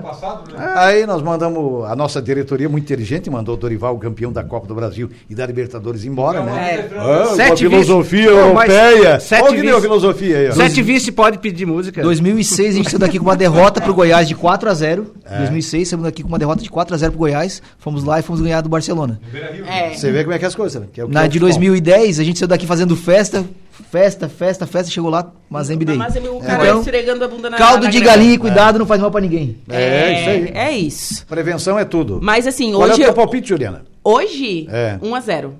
passado, né?
Aí nós mandamos, a nossa diretoria muito inteligente mandou o Dorival, campeão da Copa do Brasil e da Libertadores, embora, né?
É.
Ah,
Sete
uma
vice-
filosofia
Não, mas
europeia.
sete
Olha que deu a
vice-
filosofia aí, ó.
Sete vice pode pedir música.
2006 a gente saiu daqui com uma derrota pro Goiás de 4 a 0.
É.
2006 saímos daqui com uma derrota de 4 a 0 pro Goiás. Fomos lá e fomos ganhar do Barcelona.
É.
Você vê como é que é as coisas, né? Que é o que é
Na
o
de
futebol.
2010 a gente saiu daqui fazendo festa, festa, festa, festa, chegou lá, mas MDI.
É, Mas o cara
Então,
esfregando a bunda na
Caldo
na
de
grama.
galinha, e cuidado, não faz mal pra ninguém.
É, isso aí.
É isso.
Prevenção é tudo.
Mas assim,
Qual é o
hoje,
teu palpite, Juliana?
hoje
É.
1x0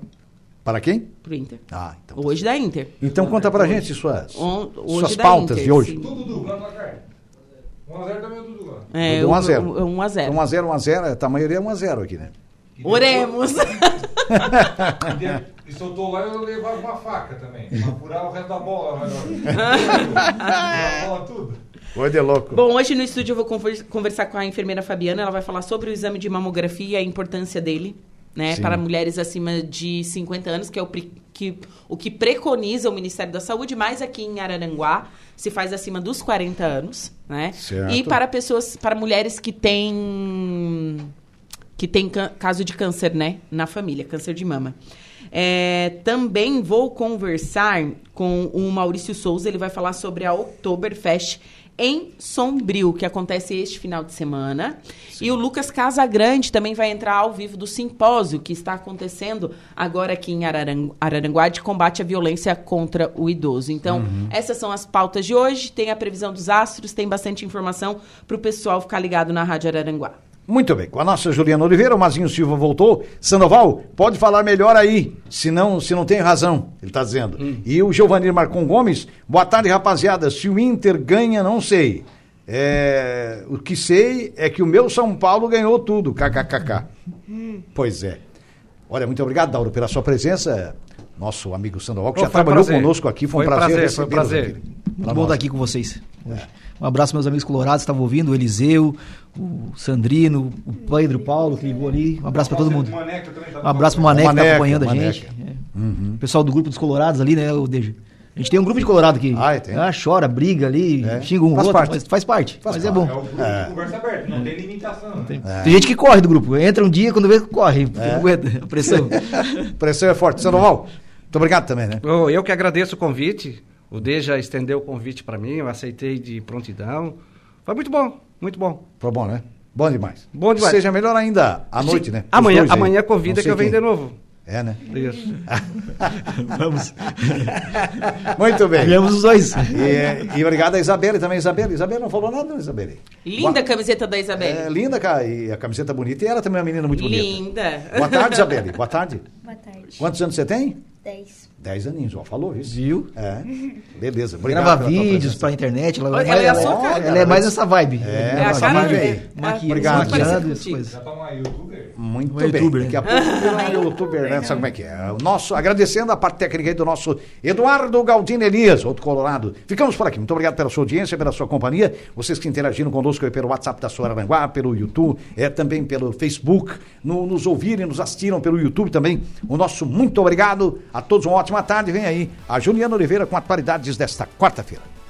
Para quem?
pro Inter.
Ah, então.
Hoje da Inter.
Então conta pra gente suas,
On- hoje
suas
da
pautas
Inter,
de hoje.
sim.
Dudu, lá placar. 1x0 também é o Dudu lá.
É,
Do 1 a 0.
1x0.
1x0, 1x0, a maioria é 1x0 aqui, né?
Oremos.
E soltou lá eu levava uma faca também. Pra apurar o resto da bola. Vai a bola tudo.
Oi, de louco.
Bom, hoje no estúdio eu vou conver- conversar com a enfermeira Fabiana. Ela vai falar sobre o exame de mamografia e a importância dele, né?
Sim.
Para mulheres acima de 50 anos, que é o pri- que, o que preconiza o Ministério da Saúde, mas aqui em Araranguá se faz acima dos 40 anos, né?
Certo.
E para pessoas, para mulheres que têm que tem can- caso de câncer, né? Na família, câncer de mama. É, também vou conversar com o Maurício Souza, ele vai falar sobre a Oktoberfest em Sombrio, que acontece este final de semana. E o Lucas Casagrande também vai entrar ao vivo do simpósio que está acontecendo agora aqui em Araran- Araranguá de combate à violência contra o idoso. Então, essas são as pautas de hoje. Tem a previsão dos astros, tem bastante informação para o pessoal ficar ligado na Rádio Araranguá.
Muito bem, com a nossa Juliana Oliveira, o Mazinho Silva voltou. Sandoval, pode falar melhor aí, se não, se não tem razão, ele tá está
Hum.
dizendo. E o Giovanni Marcon Gomes, boa tarde, rapaziada. Se o Inter ganha, não sei. É, o que sei é que o meu São Paulo ganhou tudo, kkkk.
Hum.
pois é. Olha, muito obrigado, Dauro, pela sua presença. Nosso amigo Sandoval, que
Ô,
já
foi um
trabalhou
prazer.
conosco aqui, foi, um
Foi um
prazer,
prazer, foi um
recebê-lo,
prazer.
meu querido.
Muito
Pra
bom
nós.
estar aqui com vocês.
É.
hoje. Um abraço, meus amigos colorados, que estavam ouvindo, o Eliseu, o Sandrino, o Pedro, o Paulo, que ligou ali. Um abraço para todo mundo. Um abraço pro Mané, que
Maneco,
tá acompanhando a
Maneco.
gente. É.
Uhum.
O pessoal do grupo dos Colorados ali, né, o Dejo? A gente tem um grupo de Colorado aqui.
Ah, é, tem.
chora, briga ali,
É.
xinga um
Faz
outro,
parte.
mas faz parte.
Faz
mas
parte.
é
É
bom.
o grupo
É.
de conversa aberta, não tem limitação. né?
Tem gente que corre do grupo. Entra um dia, quando vê,
É.
corre. Não aguenta a pressão.
Pressão é forte. Sandoval, muito obrigado também, né?
Oh, Eu, eu que agradeço o convite. O Deja estendeu o convite para mim, eu aceitei de prontidão. Foi muito bom, muito bom.
Foi bom, né? Bom demais.
Bom demais.
Seja melhor ainda à noite, né? Os
Amanhã,
dois aí.
amanhã
Não
convida
sei
que eu venho
quem.
de novo.
É, né?
Isso.
Vamos.
Muito bem.
Ganhamos os dois.
E, e obrigado a Isabelle também. Isabelle, Isabelle não falou nada, Isabelle.
Linda a
Boa-
camiseta da Isabelle.
É, linda, cara. E a camiseta bonita. E ela também é uma menina muito bonita.
Linda.
Boa tarde, Isabelle. Boa tarde.
Boa tarde.
Quantos anos você tem?
10.
Dez aninhos, ó. Falou isso.
Viu?
É. Beleza. Obrigado
Grava
pela tua
vídeos
presença.
pra internet. Ela,
Ela é a sua cara.
ela é mais essa vibe.
É,
a
Essa
cara
vibe
dela.
aí. Maqui-
Obrigado.
Maquiando
Parecida
essas
contigo.
coisas.
Já tá uma youtuber.
Muito
Uma
bem.
youtuber, né?
Daqui a pouco vira youtuber, né? Sabe como é que é? O nosso, agradecendo a parte técnica aí do nosso Eduardo Galdino Elias, outro colorado. Ficamos por aqui. Muito obrigado pela sua audiência, pela sua companhia. Vocês que interagiram conosco aí pelo WhatsApp da Soraranguá, pelo YouTube, é, também pelo Facebook, no- nos ouvirem, nos assistiram pelo YouTube também. O nosso muito obrigado. A todos uma ótima tarde. Vem aí a Juliana Oliveira com atualidades desta quarta-feira.